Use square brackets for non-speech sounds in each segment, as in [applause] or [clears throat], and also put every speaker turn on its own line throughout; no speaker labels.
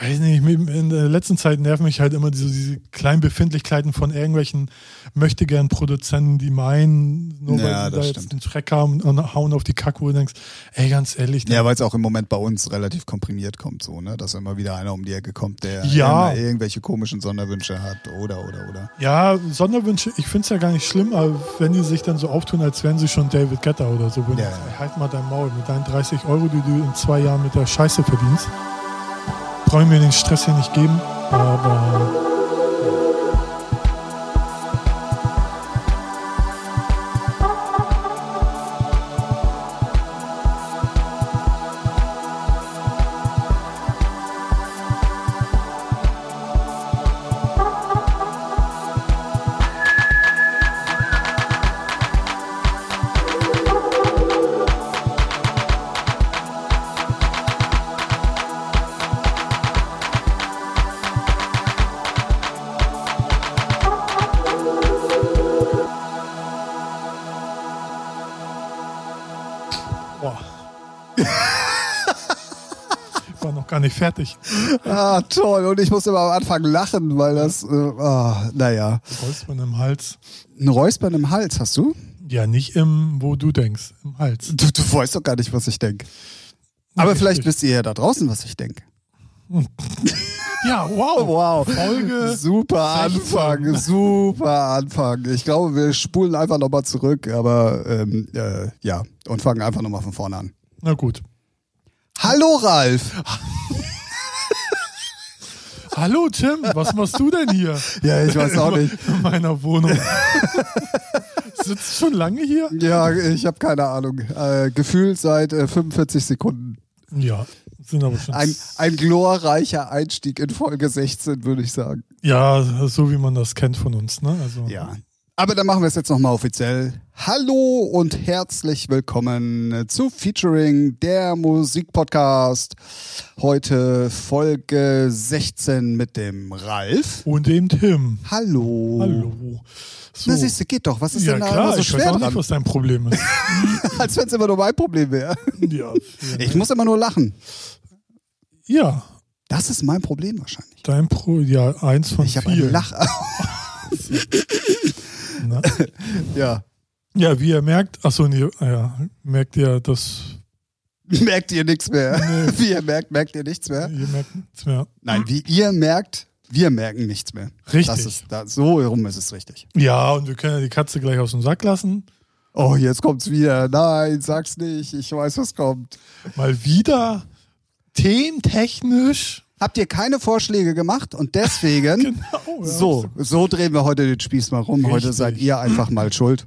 Weiß nicht, in der letzten Zeit nerven mich halt immer so diese kleinen Befindlichkeiten von irgendwelchen möchtegern Produzenten, die meinen, nur
Ja,
weil sie
das
da jetzt
stimmt.
den Track haben und hauen auf die Kacke und denkst, ey, ganz ehrlich,
Ja, weil es auch im Moment bei uns relativ komprimiert kommt, so, ne? Dass immer wieder einer um die Ecke kommt, der
Ja.
immer irgendwelche komischen Sonderwünsche hat, oder, oder, oder.
Ja, Sonderwünsche, ich find's ja gar nicht schlimm, aber wenn die sich dann so auftun, als wären sie schon David Guetta oder so, wo ich
Ja,
sag,
ja.
halt mal dein Maul mit deinen 30 Euro, die du in zwei Jahren mit der Scheiße verdienst. Brauche ich mir den Stress hier nicht geben, aber
[laughs]
boah. ich war noch gar nicht fertig.
Ah, toll. Und ich muss immer am Anfang lachen, weil das, äh, ah, naja.
Räuspern im Hals.
Ein Räuspern im Hals hast du?
Ja, nicht im, wo du denkst, im Hals.
Du, du weißt doch gar nicht, was ich denke. Aber
Richtig.
vielleicht wisst ihr ja da draußen, was ich denke.
Ja, wow.
Oh, Wow.
Folge.
Super
16.
Anfang, super Anfang. Ich glaube, wir spulen einfach nochmal zurück, aber ähm, äh, ja, und fangen einfach nochmal von vorne an.
Na gut.
Hallo Ralf!
Hallo Tim, was machst du denn
[laughs]
hier?
Ja, ich weiß auch
in
nicht.
In meiner Wohnung. [laughs] Sitzt schon lange hier?
Ja, ich habe keine Ahnung. Äh, gefühlt seit äh, 45 Sekunden.
Ja, sind aber schon.
Ein, ein glorreicher Einstieg in Folge 16, würde ich sagen.
ja, so wie man das kennt von uns, ne? Also,
Ja. Aber dann machen wir es jetzt nochmal offiziell. Hallo und herzlich willkommen äh, zu Featuring der Musikpodcast. Heute Folge 16 mit dem Ralf.
Und dem Tim.
Hallo.
Hallo. So.
Na siehst du, geht doch. Was Oh. ist
ja
denn da
klar,
immer so
ich weiß auch
schwer
nicht,
dran?
was dein Problem ist.
[laughs] Als wenn es immer nur mein Problem
[laughs]
wäre.
ja,
Ich muss immer nur lachen.
ja,
Das ist mein Problem wahrscheinlich.
dein Pro, ja, eins von
Ich habe einen
vielen.
Lach.
ne?
ja. [laughs]
Ja, wie ihr merkt, achso, nee, ja, merkt ihr, dass
Merkt ihr nichts mehr? [laughs]
Nee.
Wie ihr merkt, merkt ihr nichts mehr?
ihr merkt nichts mehr.
Nein, wie ihr merkt, wir merken nichts mehr.
Richtig.
Das ist, da, so rum ist es richtig.
Ja, und wir können ja die Katze gleich aus dem Sack lassen.
Oh, jetzt kommt's wieder. Nein, sag's nicht. Ich weiß, was kommt.
Mal wieder thementechnisch.
Habt ihr keine Vorschläge gemacht und deswegen.
[laughs] Genau,
Oh,
ja.
So, so drehen wir heute den Spieß mal rum. Heute
Richtig.
seid ihr einfach mal schuld.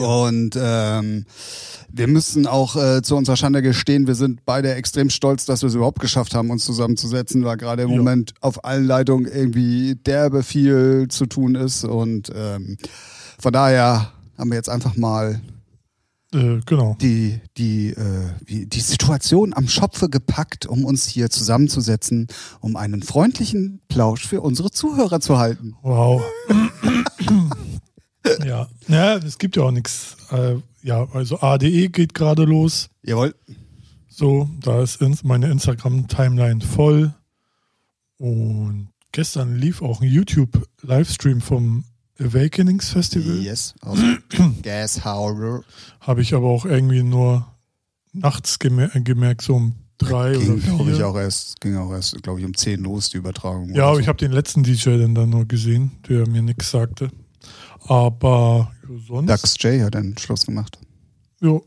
Und ähm, wir müssen auch äh, zu unserer Schande gestehen, wir sind beide extrem stolz, dass wir es überhaupt geschafft haben, uns zusammenzusetzen, weil gerade im
Ja.
Moment auf allen Leitungen irgendwie derbe viel zu tun ist. Und ähm, von daher haben wir jetzt einfach mal
Äh, genau.
die, die, äh, wie- die Situation am Schopfe gepackt, um uns hier zusammenzusetzen, um einen freundlichen Plausch für unsere Zuhörer zu halten.
Wow. ja. ja, es gibt ja auch nichts. Äh, ja, also ADE geht gerade los.
Jawohl.
So, da ist ins- meine Instagram-Timeline voll. Und gestern lief auch ein YouTube-Livestream vom Awakenings Festival.
Yes. Aus [clears throat] Gashauer.
Habe ich aber auch irgendwie nur nachts gemer gemerkt, so um drei
Ging,
oder vier.
glaube ich, auch erst, ging auch erst, glaube ich, um 10 los, die Übertragung.
Ja,
oder
aber
so.
ich habe den letzten DJ dann, dann nur gesehen, der mir nichts sagte. Aber ja, sonst.
Dax J hat einen Schluss gemacht.
Jo,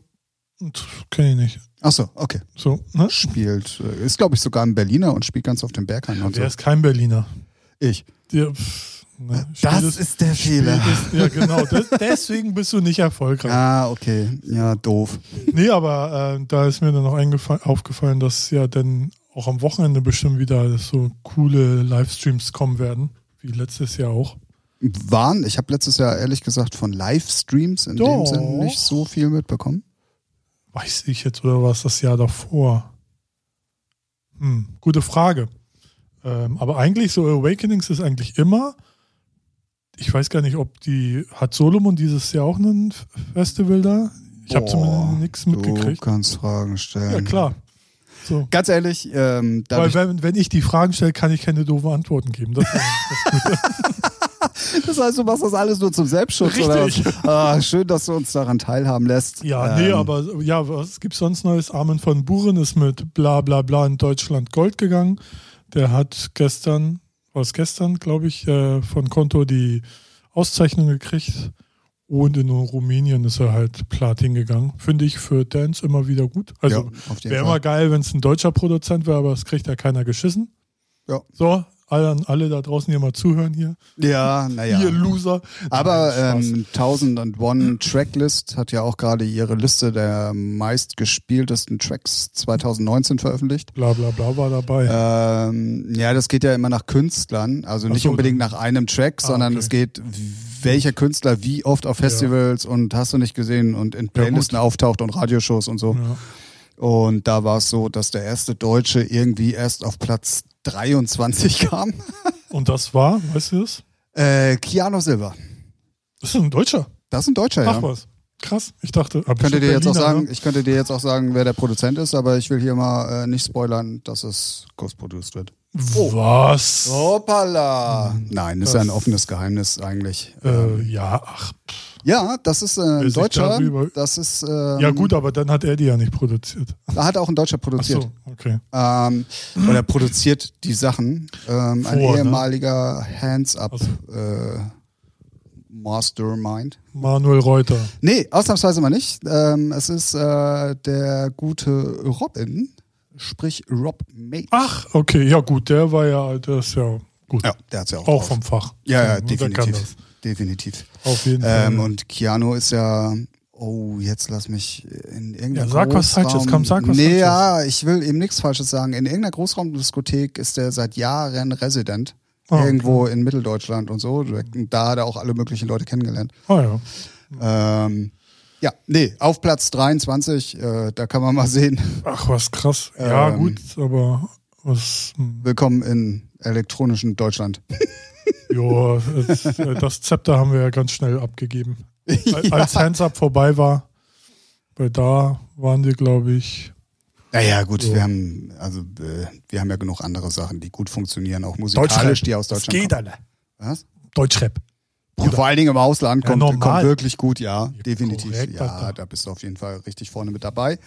kenne ich nicht.
Ach so, okay.
So, ne?
Spielt, äh, ist, glaube ich, sogar ein Berliner und spielt ganz auf dem Bergheim. Und so.
Der ist kein Berliner.
Ich.
Der, pff, ne,
Das
spätest-
ist der Fehler.
spätest- Ja, genau. Das, deswegen bist du nicht erfolgreich.
Ah, okay. Ja, doof.
Nee, aber äh, da ist mir dann auch eingefa- aufgefallen, dass ja dann auch am Wochenende bestimmt wieder so coole Livestreams kommen werden, wie letztes Jahr auch.
Waren, ich habe letztes Jahr ehrlich gesagt von Livestreams in dem
Doch.
Sinn nicht so viel mitbekommen.
Weiß ich jetzt oder war es das Jahr davor? Hm, gute Frage. Ähm, aber eigentlich so Awakenings ist eigentlich immer. Ich weiß gar nicht, ob die hat Solomon dieses Jahr auch ein F- Festival da. Ich habe
Boah,
zumindest nichts
Du
mitgekriegt.
kannst Fragen stellen.
Ja klar. So.
Ganz ehrlich, ähm, da hab
Weil
ich,
wenn, wenn ich die Fragen stelle, kann ich keine doofen Antworten geben. Das,
[laughs]
das,
das heißt, du machst das alles nur zum Selbstschutz oder
Richtig.
was? Ah, schön, dass du uns daran teilhaben lässt.
ja,
Ähm,
nee, aber ja, was gibt's sonst Neues? Armin von Buren ist mit bla bla bla in Deutschland Gold gegangen. Der hat gestern, was gestern, glaube ich, äh, von Konto die Auszeichnung gekriegt. Und in Rumänien ist er halt Platin gegangen. Finde ich für Dance immer wieder gut. Also
ja, auf jeden
Wäre
Fall.
immer geil, wenn es ein deutscher Produzent wäre, aber das kriegt ja keiner geschissen.
Ja.
So, alle, an alle da draußen, die mal zuhören hier.
Ja, naja.
Ihr Loser.
Aber
Nein, Spaß.
ähm, 1001 Tracklist hat ja auch gerade ihre Liste der meistgespieltesten Tracks 2019 veröffentlicht.
bla bla bla war dabei.
Ähm, ja, das geht ja immer nach Künstlern, also
Ach
nicht
so,
unbedingt nach einem Track,
Ah,
sondern
okay.
es geht, welcher Künstler wie oft auf Festivals und hast du nicht gesehen und in Playlisten auftaucht und Radioshows und so.
ja.
Und da war es so, dass der erste Deutsche irgendwie erst auf Platz 23
[laughs]
kam.
Und das war, weißt du das?
Äh, Keanu Silva.
Das ist ein Deutscher.
Das ist ein Deutscher,
Ach
ja.
was. Krass. Ich dachte, aber
könnte
bestimmt
dir jetzt auch
Berliner,
sagen,
ne?
ich könnte dir jetzt auch sagen, wer der Produzent ist, aber ich will hier mal äh, nicht spoilern, dass es co-produced wird.
ne?
Oh.
Was?
Hoppala! Nein, ist ja ein
Mhm. Das-
offenes Geheimnis eigentlich.
Äh, ja, ach. pff.
ja, das ist äh,
Wer
ein
sich
Deutscher.
darüber-
Das ist ähm,
Ja, gut, aber dann hat er die ja nicht produziert.
Da hat auch ein Deutscher
Ach
produziert.
so, okay.
Ähm, oder produziert die Sachen. Ähm, ein
Vor, ne? Also
ehemaliger Hands-up
Ach so.
äh, Mastermind.
Manuel Reuter.
Nee, ausnahmsweise mal nicht. Ähm, es ist äh, der gute Robin, sprich Rob May.
Ach, okay. Ja, gut, der war ja, das ist ja gut.
Ja, der hat's ja auch.
Auch
drauf.
vom Fach.
ja, ja,
Der kann das.
definitiv. Definitiv.
Auf jeden Fall.
Ähm, und Keanu ist ja. Oh, jetzt lass mich in irgendeiner
Ja, sag was
Großraum-
Falsches, komm, sag was Falsches.
Nee, ja, ich will eben nichts Falsches sagen. In irgendeiner Großraumdiskothek ist er seit Jahren Resident.
Ah,
irgendwo in Mitteldeutschland und so. Und Da hat er auch alle möglichen Leute kennengelernt.
ah, ja.
Ähm, ja, nee, auf Platz 23, äh, da kann man mal sehen.
Ach, was krass. Ja,
Ähm.
gut, aber was. hm,
Willkommen in elektronischen Deutschland.
Jo, es, äh, das Zepter haben wir ja ganz schnell
[laughs]
abgegeben. Al-
ja.
Als Hands Up vorbei war, weil da waren wir, glaube ich.
Naja, gut,
So.
wir haben also äh, wir haben ja genug andere Sachen, die gut funktionieren, auch musikalisch, die aus Deutschland
Das geht
kommen.
alle.
Was?
Deutschrap.
Ja, vor allen Dingen im Ausland
Ja,
kommt,
normal.
kommt wirklich gut, ja, definitiv.
korrekt,
ja,
Alter.
da bist du auf jeden Fall richtig vorne mit dabei.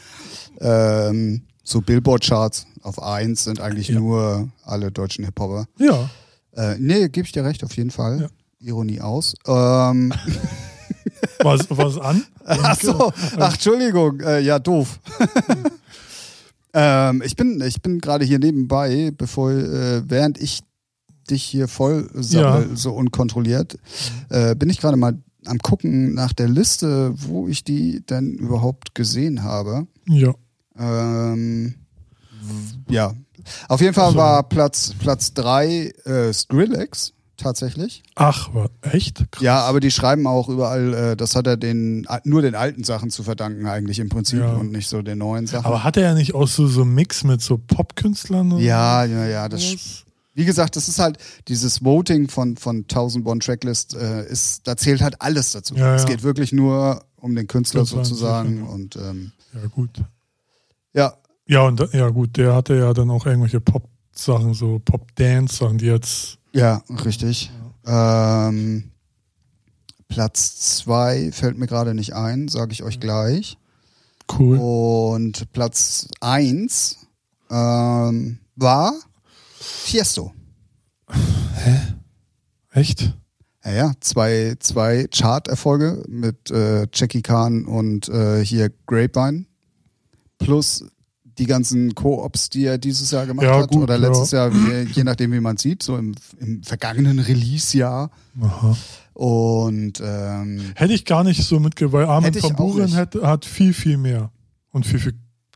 Ähm, so Billboard-Charts auf 1 sind eigentlich
Ja.
nur alle deutschen Hip-Hopper.
Ja.
Äh, nee, gebe ich dir recht, auf jeden Fall.
Ja.
Ironie aus. Ähm,
Was, was an?
ach so, ach, Entschuldigung, äh, ja, doof. [laughs] ähm, ich bin, ich bin gerade hier nebenbei, bevor, äh, während ich dich hier voll sammel, so unkontrolliert, äh, bin ich gerade mal am gucken nach der Liste, wo ich die denn überhaupt gesehen habe.
Ja.
Ähm, ja, auf jeden Fall
Also-
war Platz Platz drei äh, Skrillex tatsächlich.
Ach, wa- echt? Krass.
Ja, aber die schreiben auch überall, äh, das hat er den nur den alten Sachen zu verdanken eigentlich im Prinzip
Ja.
und nicht so den neuen Sachen.
Aber hat er ja nicht auch so, so einen Mix mit so Popkünstlern? und
ja, ja, ja, das sch-
sowas?
wie gesagt, das ist halt dieses Voting von von 1001 Tracklist äh, ist da zählt halt alles dazu.
Ja,
es
ja.
geht wirklich nur um den Künstler
Künstler
sozusagen
sicher, ja.
und ähm,
Ja, gut.
ja,
Ja, und da- ja, gut, der hatte ja dann auch irgendwelche Pop-Sachen, so Pop-Dance-Sachen, die jetzt.
ja, richtig. Ähm, Platz zwei fällt mir gerade nicht ein, sage ich euch gleich.
Cool.
Oh. Und Platz 1 ähm, war Fiesto.
Echt?
Naja, zwei, zwei Chart-Erfolge mit äh, Jackie Khan und äh, hier Grapevine. Plus die ganzen Co-ops, die er dieses Jahr gemacht
Ja,
hat.
gut,
oder
ja.
letztes Jahr, wie, je nachdem, wie man sieht, so im, im vergangenen Release-Jahr.
Aha.
Und ähm,
Hätte ich gar nicht so mitgebracht, weil Armin
Hätte ich
von
auch
Buren
nicht.
hat, hat viel, viel mehr. Und viel, viel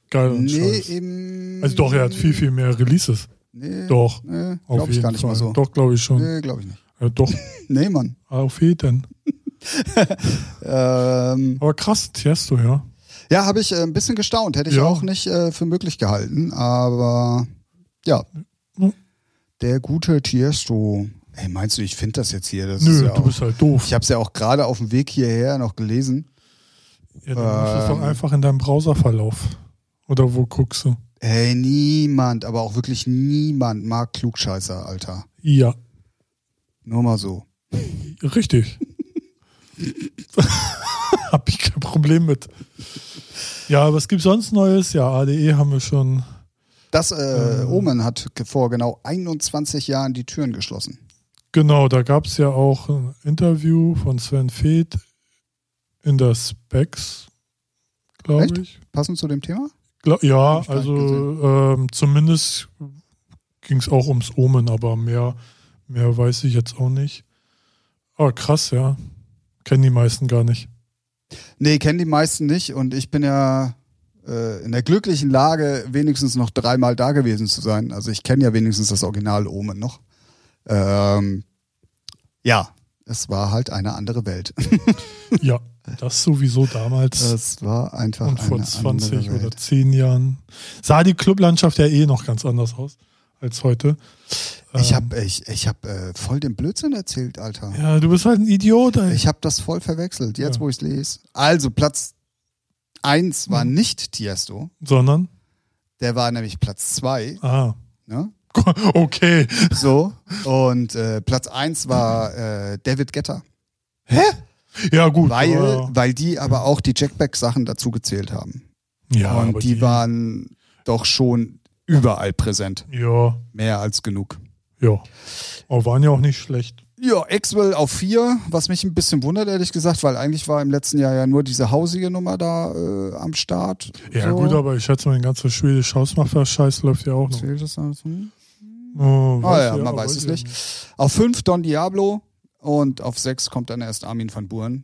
geileren
nee,
Scheiß.
eben.
Also doch, er hat viel, viel mehr Releases.
Nee,
Doch,
nee,
auf
glaube ich
jeden
gar nicht
Fall.
mal so.
Doch, glaube ich schon.
Nee, glaube ich nicht.
Ja,
[laughs]
doch,
Nee, Mann.
auf jeden.
Ähm,
Aber krass, Tiesto, ja.
Ja, habe ich äh, ein bisschen gestaunt. Hätte ich
Ja.
auch nicht äh, für möglich gehalten. Aber ja,
Hm.
der gute Tiesto. Ey, meinst du, ich finde das jetzt hier? Das ist
Nö,
ja
du
auch,
bist halt doof.
ich habe es ja auch gerade auf dem Weg hierher noch gelesen.
Ja, du musst es doch
ähm,
einfach in deinem Browserverlauf. Oder wo guckst du?
Ey, niemand, aber auch wirklich niemand mag Klugscheißer, Alter.
Ja,
Nur mal so.
richtig. [laughs] Hab ich kein Problem mit. Ja, was gibt's sonst Neues? Ja, ADE haben wir schon.
Das äh,
Ähm.
Omen hat ge- vor genau 21 Jahren die Türen geschlossen.
Genau, da gab es ja auch ein Interview von Sven Feth in der Specs,
Echt?
glaube ich.
Passend zu dem Thema?
Gla ja,
Hab ich gar nicht
also ähm, zumindest ging es auch ums Omen, aber mehr, mehr weiß ich jetzt auch nicht. Aber krass, ja. Kennen die meisten gar
[laughs]
nicht.
Nee, kennen die meisten nicht und ich bin ja äh, in der glücklichen Lage, wenigstens noch dreimal da gewesen zu sein. Also ich kenne ja wenigstens das Original Omen noch. Ähm, ja, es war halt eine andere Welt. [laughs]
Ja, das sowieso damals
Es war einfach
und vor
eine
20
andere Welt.
oder 10 Jahren. Sah die Clublandschaft ja eh noch ganz anders aus als heute.
Ich
Ähm,
habe ich, ich hab, äh, voll den Blödsinn erzählt, Alter.
Ja, du bist halt ein Idiot. Ey.
Ich habe das voll verwechselt, jetzt
Ja.
wo ich lese. Also Platz 1 war
Mhm.
nicht Tiesto,
Sondern,
der war nämlich Platz 2.
ah,
Ne?
okay.
So. Und äh, Platz 1 war äh, David Getter,
Ja, gut.
weil,
aber-
weil die aber auch die Jackback-Sachen dazu gezählt haben.
ja, aber
Und die, waren doch schon überall präsent.
Ja,
Mehr als genug.
ja. Aber waren ja auch nicht schlecht.
Ja, Exwell auf 4, was mich ein bisschen wundert, ehrlich gesagt, weil eigentlich war im letzten Jahr ja nur diese hausige Nummer da äh, am Start.
Ja,
so.
gut, aber ich schätze mal, den ganzen schwedischen Hausmacher-Scheiß läuft ja auch noch.
Zählt das alles? Hm?
Oh,
Ah ja,
ich,
man weiß es nicht. Auf 5 Don Diablo und auf 6 kommt dann erst Armin van Buren.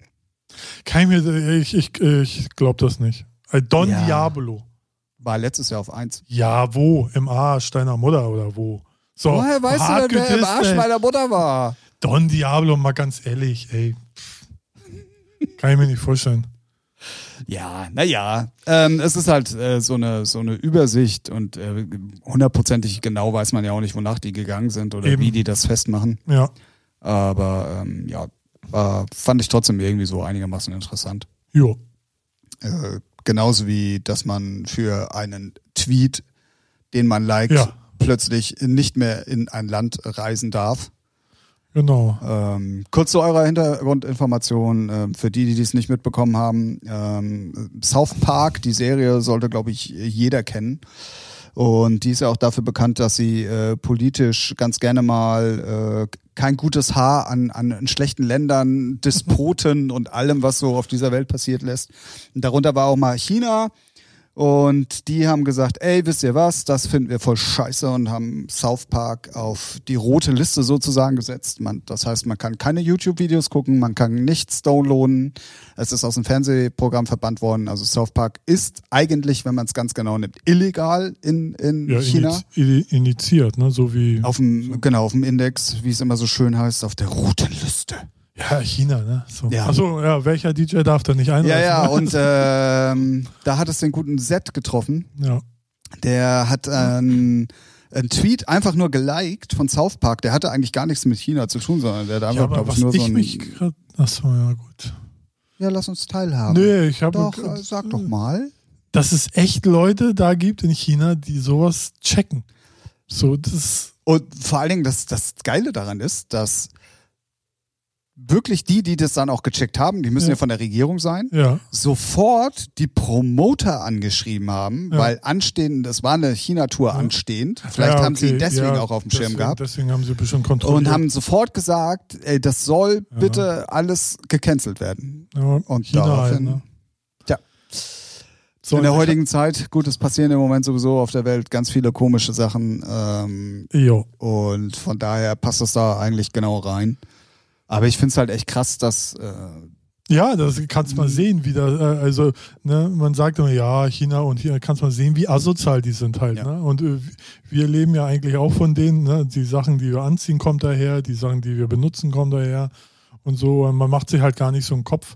Kann ich mir, ich, ich, ich glaube das nicht. Äh, Don
Ja.
Diablo.
War letztes Jahr auf 1.
Ja, wo? Im Arsch deiner Mutter oder wo? So,
Woher weißt du
hart
denn, wer im
gedisst,
Arsch
ey.
meiner Mutter war?
Don Diablo, mal ganz ehrlich, ey. Pff. Kann ich mir nicht vorstellen.
Ja, naja. Ähm, es ist halt äh, so, eine, so eine Übersicht und äh, hundertprozentig genau weiß man ja auch nicht, wonach die gegangen sind oder
Eben.
wie die das festmachen.
Ja,
Aber ähm, ja, äh, fand ich trotzdem irgendwie so einigermaßen interessant.
jo.
Äh, genauso wie, dass man für einen Tweet, den man liked,
Ja.
plötzlich nicht mehr in ein Land reisen darf.
Genau.
Ähm, kurz zu eurer Hintergrundinformation, ähm, für die, die dies nicht mitbekommen haben. Ähm, South Park, die Serie sollte, glaube ich, jeder kennen. Und die ist ja auch dafür bekannt, dass sie äh, politisch ganz gerne mal äh, kein gutes Haar an, an, an schlechten Ländern, Despoten und allem, was so auf dieser Welt passiert lässt. Und darunter war auch mal China. Und die haben gesagt, ey, wisst ihr was, das finden wir voll scheiße und haben South Park auf die rote Liste sozusagen gesetzt. Man, das heißt, man kann keine YouTube-Videos gucken, man kann nichts downloaden. Es ist aus dem Fernsehprogramm verbannt worden. Also South Park ist eigentlich, wenn man es ganz genau nimmt, illegal in, in
Ja,
China.
ini- ini- initiiert, ne? So wie.
Auf dem, genau, auf dem Index, wie es immer so schön heißt, auf der roten Liste.
ja, China, ne? So.
Ja.
Achso, ja, welcher DJ darf da nicht einreisen? ne?
Ja, ja, und äh, ähm, da hat es den guten Set getroffen.
[laughs] Ja.
Der hat
Ah.
ähm, einen Tweet einfach nur geliked von South Park. Der hatte eigentlich gar nichts mit China zu tun, sondern der hat
Ja,
einfach,
aber
glaube
was
ich, nur
ich
so ein.
mich gerade. Achso, ja, gut.
Ja, lass uns teilhaben.
Nee, Hm. ich habe.
Doch, äh, sag doch mal.
Dass es echt Leute da gibt in China, die sowas checken. So, das.
Und vor allen Dingen, das, das Geile daran ist, dass wirklich die, die das dann auch gecheckt haben, die müssen
Ja.
ja von der Regierung sein,
Ja,
sofort die Promoter angeschrieben haben,
Ja.
weil anstehend, das war eine China-Tour
Ja.
anstehend. Vielleicht
ja,
haben sie
okay,
ihn deswegen
ja,
auch auf dem Schirm
deswegen,
gehabt.
Deswegen haben sie bestimmt kontrolliert.
Und haben sofort gesagt, ey, das soll
Ja.
bitte alles gecancelt werden.
ja,
Und
China halt,
daraufhin.
ne?
Tja.
So,
in der
ich-
heutigen Zeit, gut, es passieren im Moment sowieso auf der Welt ganz viele komische Sachen. Ähm,
Jo.
und von daher passt das da eigentlich genau rein. Aber ich finde es halt echt krass, dass äh,
Ja, das kannst
Mhm.
mal sehen, wie da, äh, also, ne, man sagt immer, ja, China und hier kannst mal sehen, wie asozial die sind halt,
Ja.
ne? Und äh, wir leben ja eigentlich auch von denen, ne? Die Sachen, die wir anziehen, kommt äh, daher, die Sachen, die wir benutzen, kommen daher und so. Und man macht sich halt gar nicht so einen Kopf.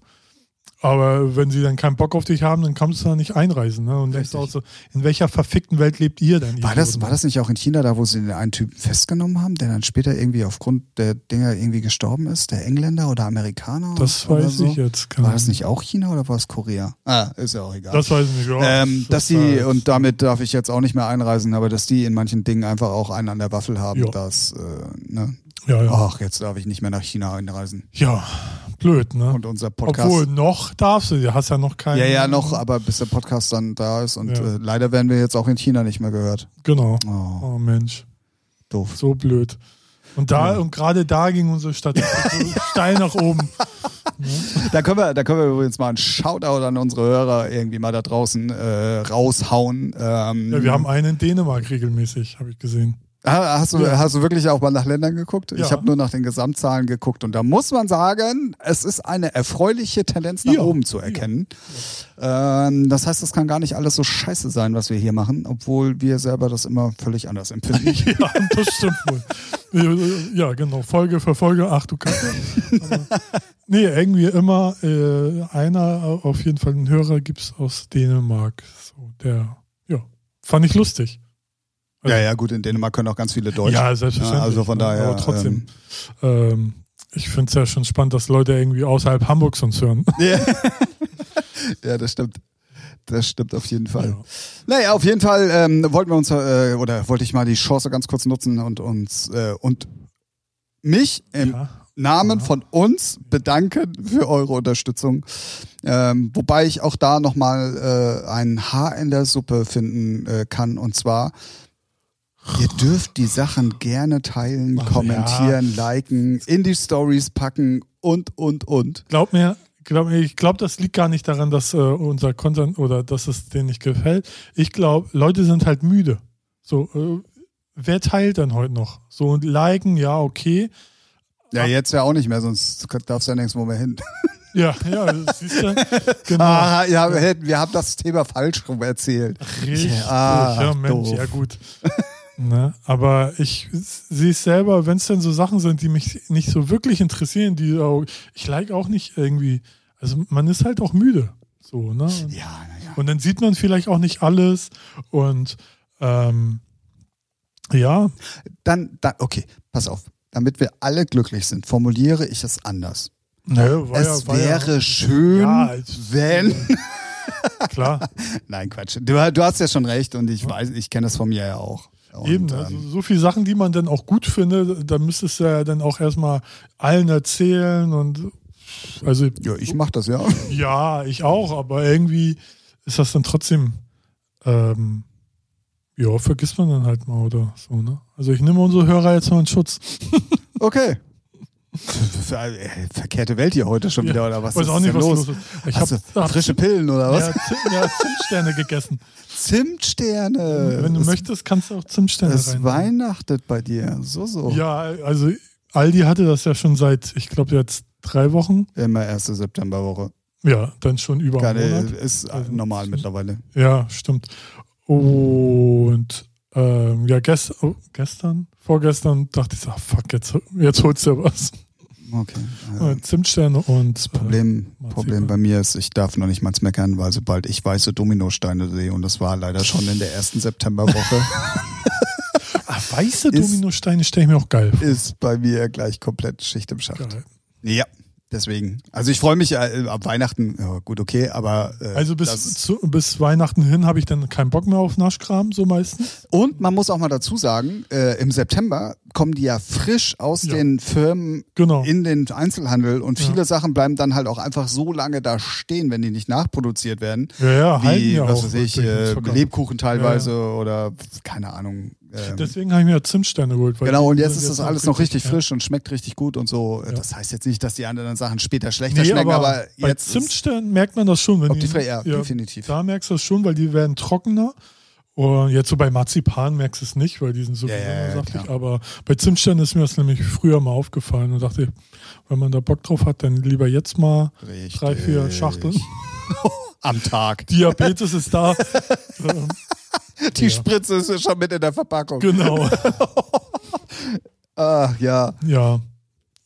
Aber wenn sie dann keinen Bock auf dich haben, dann kannst du da nicht einreisen. Ne? Und denkst
Richtig.
auch so, in welcher verfickten Welt lebt ihr denn?
War das,
Idioten?
war das nicht auch in China da, wo sie den einen Typen festgenommen haben, der dann später irgendwie aufgrund der Dinger irgendwie gestorben ist? Der Engländer oder Amerikaner?
Das
oder
weiß
so?
ich jetzt. Keine
War das
Ahnung.
nicht auch China oder war es Korea? Ah, ist ja auch egal.
Das weiß ich nicht. Oh,
ähm,
das
dass die,
war-
und damit darf ich jetzt auch nicht mehr einreisen, aber dass die in manchen Dingen einfach auch einen an der Waffel haben,
Ja.
dass, äh, ne?
ja, ja.
Ach, jetzt darf ich nicht mehr nach China einreisen.
ja, blöd, ne?
Und unser Podcast.
Obwohl, noch darfst du, du hast ja noch keinen.
ja, ja, noch, aber bis der Podcast dann da ist und
Ja.
äh, leider werden wir jetzt auch in China nicht mehr gehört.
Genau.
Oh,
Oh Mensch,
doof.
so blöd. Und da,
Ja.
und gerade da ging unsere Statistik
[laughs]
so steil nach oben.
Da können wir, da können wir übrigens mal einen Shoutout an unsere Hörer irgendwie mal da draußen äh, raushauen. Ähm,
Ja, wir haben einen in Dänemark regelmäßig, habe ich gesehen. [laughs]
Ha- Hast du,
Ja.
hast du wirklich auch mal nach Ländern geguckt? Ich
Ja.
habe nur nach den Gesamtzahlen geguckt und da muss man sagen, es ist eine erfreuliche Tendenz nach
Ja.
oben zu erkennen. Ähm, das heißt, es kann gar nicht alles so scheiße sein, was wir hier machen, obwohl wir selber das immer völlig anders empfinden.
[laughs] Ja, das stimmt wohl. Ja, genau. Folge für Folge, ach du Kacke. Aber, nee, irgendwie immer äh, einer, auf jeden Fall einen Hörer gibt es aus Dänemark. So, der, ja, fand ich lustig.
ja, ja, gut, in Dänemark können auch ganz viele Deutsche.
Ja, selbstverständlich.
Ja, also von daher,
Aber trotzdem, ähm, ich finde es ja schon spannend, dass Leute irgendwie außerhalb Hamburgs uns
[laughs]
hören.
Ja. [laughs] ja, das stimmt. Das stimmt auf jeden Fall.
Ja.
Naja, auf jeden Fall ähm, wollten wir uns äh, oder wollte ich mal die Chance ganz kurz nutzen und uns äh, und mich im
Ja.
Namen
Ja.
von uns bedanken für eure Unterstützung. Ähm, wobei ich auch da nochmal äh, ein Haar in der Suppe finden äh, kann. Und zwar, ihr dürft die Sachen gerne teilen,
Ach,
kommentieren, liken, in die Stories packen und, und, und.
Glaub mir, glaub mir ich glaube, das liegt gar nicht daran, dass äh, unser Content oder dass es denen nicht gefällt. Ich glaube, Leute sind halt müde. So, äh, wer teilt denn heute noch? So und liken, ja, okay.
Ja, jetzt ja auch nicht mehr, sonst darfst du ja nirgendwo
[laughs]
mehr hin.
Ja, ja, siehst
[laughs]
du? Genau.
Ah, ja, wir hätten- wir haben das Thema falsch rum erzählt.
Richtig.
Ah,
ja, Mensch,
doof.
ja gut. [laughs] ne? Aber ich sehe es selber, wenn es denn so Sachen sind, die mich nicht so wirklich interessieren, die auch, ich like auch nicht irgendwie. Also man ist halt auch müde. So, ne? Und,
Ja, naja.
und dann sieht man vielleicht auch nicht alles. Und ähm, ja,
Dann, dann, okay, pass auf. Damit wir alle glücklich sind, formuliere ich es anders.
ne, war
es
ja, war
wäre
ja,
schön,
Ja, es-
wenn. [laughs]
klar,
Nein, Quatsch. Du, du hast ja schon recht und ich weiß, ich kenne das von mir ja auch. Und,
eben. Also
ähm,
so viele Sachen, die man dann auch gut findet, da müsstest du ja dann auch erstmal allen erzählen und also
ja, ich mach das ja. [laughs]
Ja, ich auch, aber irgendwie ist das dann trotzdem, ähm, ja, vergisst man dann halt mal oder so, ne? Also ich nehme unsere Hörer jetzt mal in Schutz.
Okay. Ver- äh, Verkehrte Welt hier heute schon wieder, oder was
Weiß
ist
auch nicht,
denn
was
los?
los ist. Ich
Hast
hab-
du
hab
frische Pillen oder was?
Ja, Zim, ja,
[laughs]
Zimtsterne gegessen.
Zimtsterne.
Wenn du
Es-
möchtest, kannst du auch Zimtsterne
Es
rein.
weihnachtet bei dir. So, so.
Ja, also Aldi hatte das ja schon seit, ich glaube jetzt drei Wochen.
Immer erste Septemberwoche.
Ja, dann schon über
Keine,
einen Monat.
ist äh,
Also,
normal
ist-
mittlerweile.
Ja, stimmt. Und ähm, ja, gest oh, gestern, vorgestern dachte ich so, ah, fuck, jetzt, jetzt holst du ja was.
Okay. Ja.
Äh, Zimtsterne und äh,
Problem,
Marzipan.
Problem bei mir ist, ich darf noch nicht mal meckern, weil sobald ich weiße Dominosteine sehe, und das war leider schon in der
[laughs]
ersten Septemberwoche,
äh, ah, weiße
ist-
Dominosteine stelle ich mir auch geil vor.
ist bei mir gleich komplett Schicht im Schacht.
Geil.
Ja, deswegen. Also ich freue mich äh, ab Weihnachten, ja, gut, okay, aber äh,
Also bis,
das,
zu, bis Weihnachten hin habe ich dann keinen Bock mehr auf Naschkram, so meistens.
und man muss auch mal dazu sagen, äh, im September kommen die ja frisch aus
Ja.
den Firmen
Genau.
in den Einzelhandel und
Ja.
viele Sachen bleiben dann halt auch einfach so lange da stehen, wenn die nicht nachproduziert werden.
ja, ja, halten
Wie,
ja
was
auch.
weiß ich,
wirklich
äh,
ins Verkauf.
Lebkuchen teilweise oder keine Ahnung. Ähm,
Deswegen habe ich mir ja Zimtsteine geholt. weil
genau,
die
und jetzt
sind
ist das alles noch richtig
ja.
frisch und schmeckt richtig gut und so.
Ja.
Das heißt jetzt nicht, dass die anderen Sachen später schlechter
Nee,
schmecken, aber,
bei
jetzt. Ist,
Zimtsternen merkt man das schon. Wenn
ob die frei, ja, definitiv.
Da merkst du es schon, weil die werden trockener. Und jetzt so bei Marzipan merkst du es nicht, weil die sind sowieso
Ja, ja, ja,
immer saftig.
klar.
Aber bei Zimtsternen ist mir das nämlich früher mal aufgefallen und dachte, wenn man da Bock drauf hat, dann lieber jetzt mal
Richtig.
drei, vier Schachteln.
[laughs] Am Tag.
Diabetes ist
[laughs]
da. ähm,
Die
Ja.
Spritze ist ja schon mit in der Verpackung.
genau.
Ach ja.
Ja.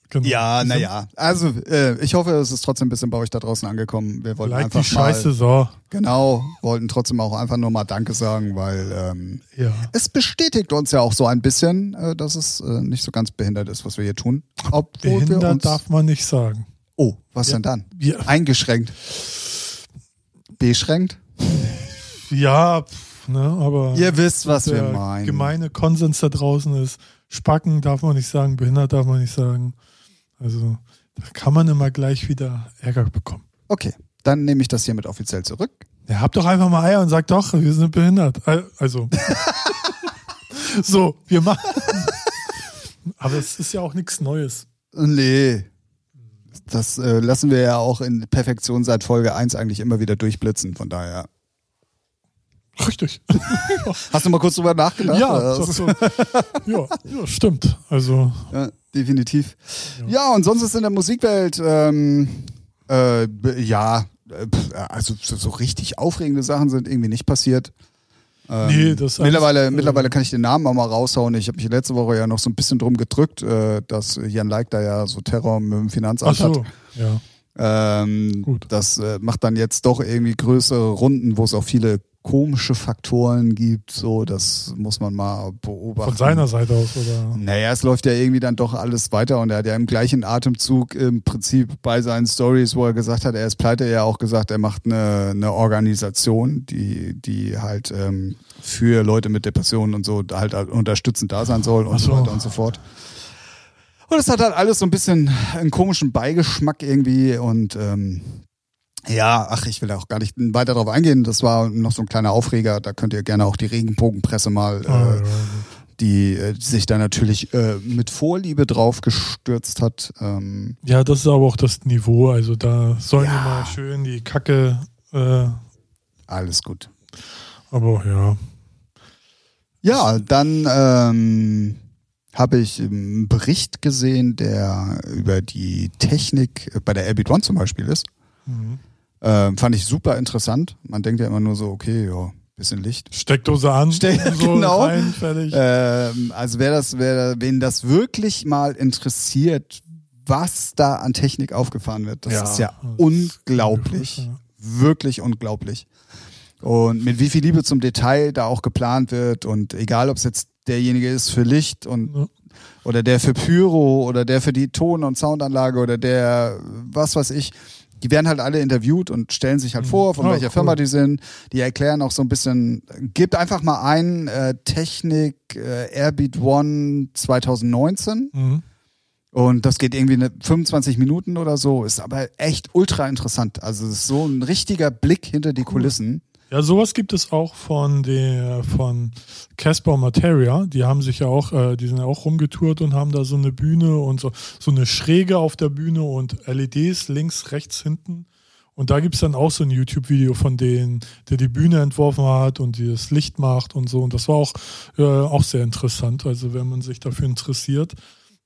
Genau.
Ja,
Die sind-
naja. Also, äh, ich hoffe, es ist trotzdem ein bisschen bei euch da draußen angekommen. Wir wollten
Like
einfach
die Scheiße,
mal,
so.
genau, wollten trotzdem auch einfach nur mal Danke sagen, weil ähm,
Ja.
es bestätigt uns ja auch so ein bisschen, äh, dass es äh, nicht so ganz behindert ist, was wir hier tun. Obwohl wir
Behindert
uns,
darf man nicht sagen.
oh, was
Ja.
denn dann?
Ja,
Eingeschränkt. Beschränkt?
ja pf, ne, aber
Ihr wisst, was wir
der
meinen.
gemeine Konsens da draußen ist, Spacken darf man nicht sagen, behindert darf man nicht sagen. Also da kann man immer gleich wieder Ärger bekommen.
Okay, dann nehme ich das hiermit offiziell zurück.
Ja, habt doch einfach mal Eier und sagt doch, wir sind behindert. Al- Also. so, wir machen. Aber es ist ja auch nichts Neues.
Nee. Das äh, lassen wir ja auch in Perfektion seit Folge 1 eigentlich immer wieder durchblitzen, von daher.
Richtig.
Hast du mal kurz drüber nachgedacht?
Ja,
Äh,
so, so. ja, ja, stimmt. Also,
ja definitiv. Ja. und sonst ist in der Musikwelt, ähm, äh, b- ja, äh, pf, also so, so richtig aufregende Sachen sind irgendwie nicht passiert. Ähm,
Nee, das ist alles-
mittlerweile,
äh,
mittlerweile kann ich den Namen auch mal raushauen. Ich habe mich letzte Woche ja noch so ein bisschen drum gedrückt, äh, dass Jan Leik da ja so Terror mit dem
ach
Finanzamt hat.
so. Ja.
Ähm,
Gut.
Das äh, macht dann jetzt doch irgendwie größere Runden, wo es auch viele komische Faktoren gibt. So, das muss man mal beobachten.
Von seiner Seite aus, oder?
Naja, es läuft ja irgendwie dann doch alles weiter und er hat ja im gleichen Atemzug im Prinzip bei seinen Stories, wo er gesagt hat, er ist pleite, ja auch gesagt, er macht eine, eine Organisation, die, die halt ähm, für Leute mit Depressionen und so halt unterstützend da sein soll und
Ach
so.
so.
weiter und so fort. Und es hat halt alles so ein bisschen einen komischen Beigeschmack irgendwie und ähm, ja, ach, ich will da auch gar nicht weiter drauf eingehen. Das war noch so ein kleiner Aufreger. Da könnt ihr gerne auch die Regenbogenpresse mal äh,
Ah, ja.
die äh, sich da natürlich äh, mit Vorliebe drauf gestürzt hat. Ähm,
ja, das ist aber auch das Niveau. Also, da sollen
Ja.
wir mal schön die Kacke. Äh,
alles gut.
aber ja.
Ja, dann ähm, habe ich einen Bericht gesehen, der über die Technik äh, bei der Airbeat One zum Beispiel ist.
Mhm.
Ähm, fand ich super interessant. Man denkt ja immer nur so, okay, ja, bisschen Licht.
Steckdose an.
Ste-
so
[laughs] genau.
Rein, fertig.
Ähm, also wer das, wer, wen das wirklich mal interessiert, was da an Technik aufgefahren wird, das
Ja,
ist ja
das ist
unglaublich.
ungefähr.
Wirklich unglaublich. Und mit wie viel Liebe zum Detail da auch geplant wird und egal, ob es jetzt derjenige ist für Licht und
Ja.
oder der für Pyro oder der für die Ton- und Soundanlage oder der was weiß ich. Die werden halt alle interviewt und stellen sich halt vor, von
Ah,
welcher
cool.
Firma die sind. Die erklären auch so ein bisschen, gebt einfach mal ein, äh, Technik äh, Airbeat One 2019.
Mhm.
Und das geht irgendwie eine 25 Minuten oder so, ist aber echt ultra interessant. Also es ist so ein richtiger Blick hinter die Kulissen.
Ja, sowas gibt es auch von der von Casper Materia. Die haben sich ja auch, äh, die sind ja auch rumgetourt und haben da so eine Bühne und so, so eine Schräge auf der Bühne und LEDs links, rechts, hinten. Und da gibt es dann auch so ein YouTube-Video von denen, der die Bühne entworfen hat und die das Licht macht und so. Und das war auch, äh, auch sehr interessant. Also wenn man sich dafür interessiert,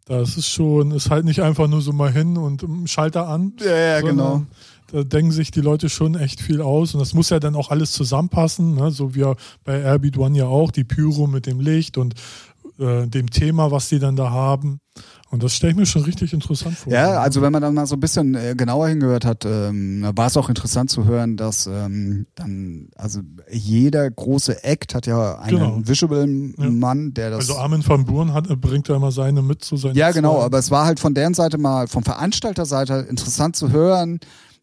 das ist schon, ist halt nicht einfach nur so mal hin und ähm, Schalter an,
Ja, ja, genau.
sondern Da denken sich die Leute schon echt viel aus und das muss ja dann auch alles zusammenpassen, ne? so wie ja bei Airbeat One ja auch, die Pyro mit dem Licht und äh, dem Thema, was die dann da haben. Und das stelle ich mir schon richtig interessant vor.
Ja, also wenn man dann mal so ein bisschen äh, genauer hingehört hat, ähm, da war es auch interessant zu hören, dass ähm, dann, also jeder große Act hat ja einen
Genau.
Visual-Mann, der das.
also Armin van Buren hat, bringt da immer seine mit zu seinen
ja, genau,
zwei.
aber es war halt von deren Seite mal, vom Veranstalterseite interessant zu hören,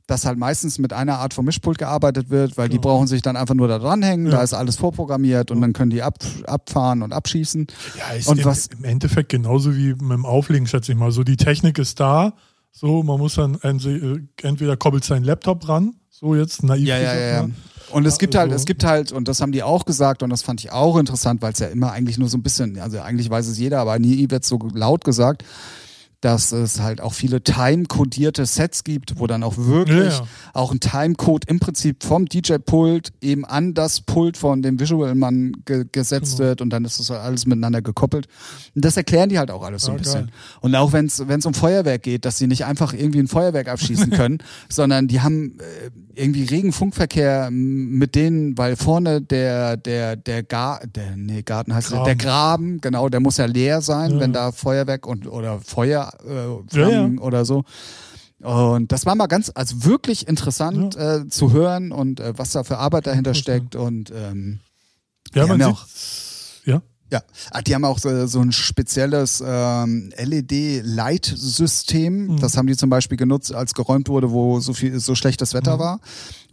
dass halt meistens mit einer Art von Mischpult gearbeitet wird, weil die
Genau.
brauchen sich dann einfach nur da dranhängen,
Ja.
da ist alles vorprogrammiert und dann können die ab, abfahren und abschießen.
Ja, ist
Und
im,
was-
im Endeffekt genauso wie mit dem Auflegen, schätze ich mal. So, die Technik ist da. So, man muss dann entweder, entweder koppelt seinen Laptop ran. So, jetzt naiv.
Ja, ja,
gesagt ne?
ja.
mal.
Und es
Ja,
gibt halt,
also-
es gibt halt, und das haben die auch gesagt, und das fand ich auch interessant, weil es ja immer eigentlich nur so ein bisschen, also eigentlich weiß es jeder, aber nie wird es so laut gesagt, dass es halt auch viele time-codierte Sets gibt, wo dann auch wirklich
Ja, ja.
auch ein Timecode im Prinzip vom DJ-Pult eben an das Pult von dem Visual-Mann ge gesetzt
Genau.
wird und dann ist das halt alles miteinander gekoppelt. Und das erklären die halt auch alles so ein
Ah,
bisschen.
geil.
Und auch wenn es um Feuerwerk geht, dass sie nicht einfach irgendwie ein Feuerwerk
[laughs]
abschießen können, sondern die haben äh, irgendwie regen Funkverkehr m, mit denen, weil vorne der der der Gar der nee, Garten heißt der- der Graben, genau, der muss ja leer sein,
Ja.
wenn da Feuerwerk und oder Feuer äh, Flammen oder so. Und das war mal ganz, also wirklich interessant äh, zu hören und äh, was da für Arbeit dahinter steckt. Und ähm,
Ja,
die
man
haben
sieht.
auch,
Ja.
ja, Ah, die haben auch so, so ein spezielles ähm, LED-Leitsystem.
Mhm.
Das haben die zum Beispiel genutzt, als geräumt wurde, wo so viel so schlechtes Wetter war,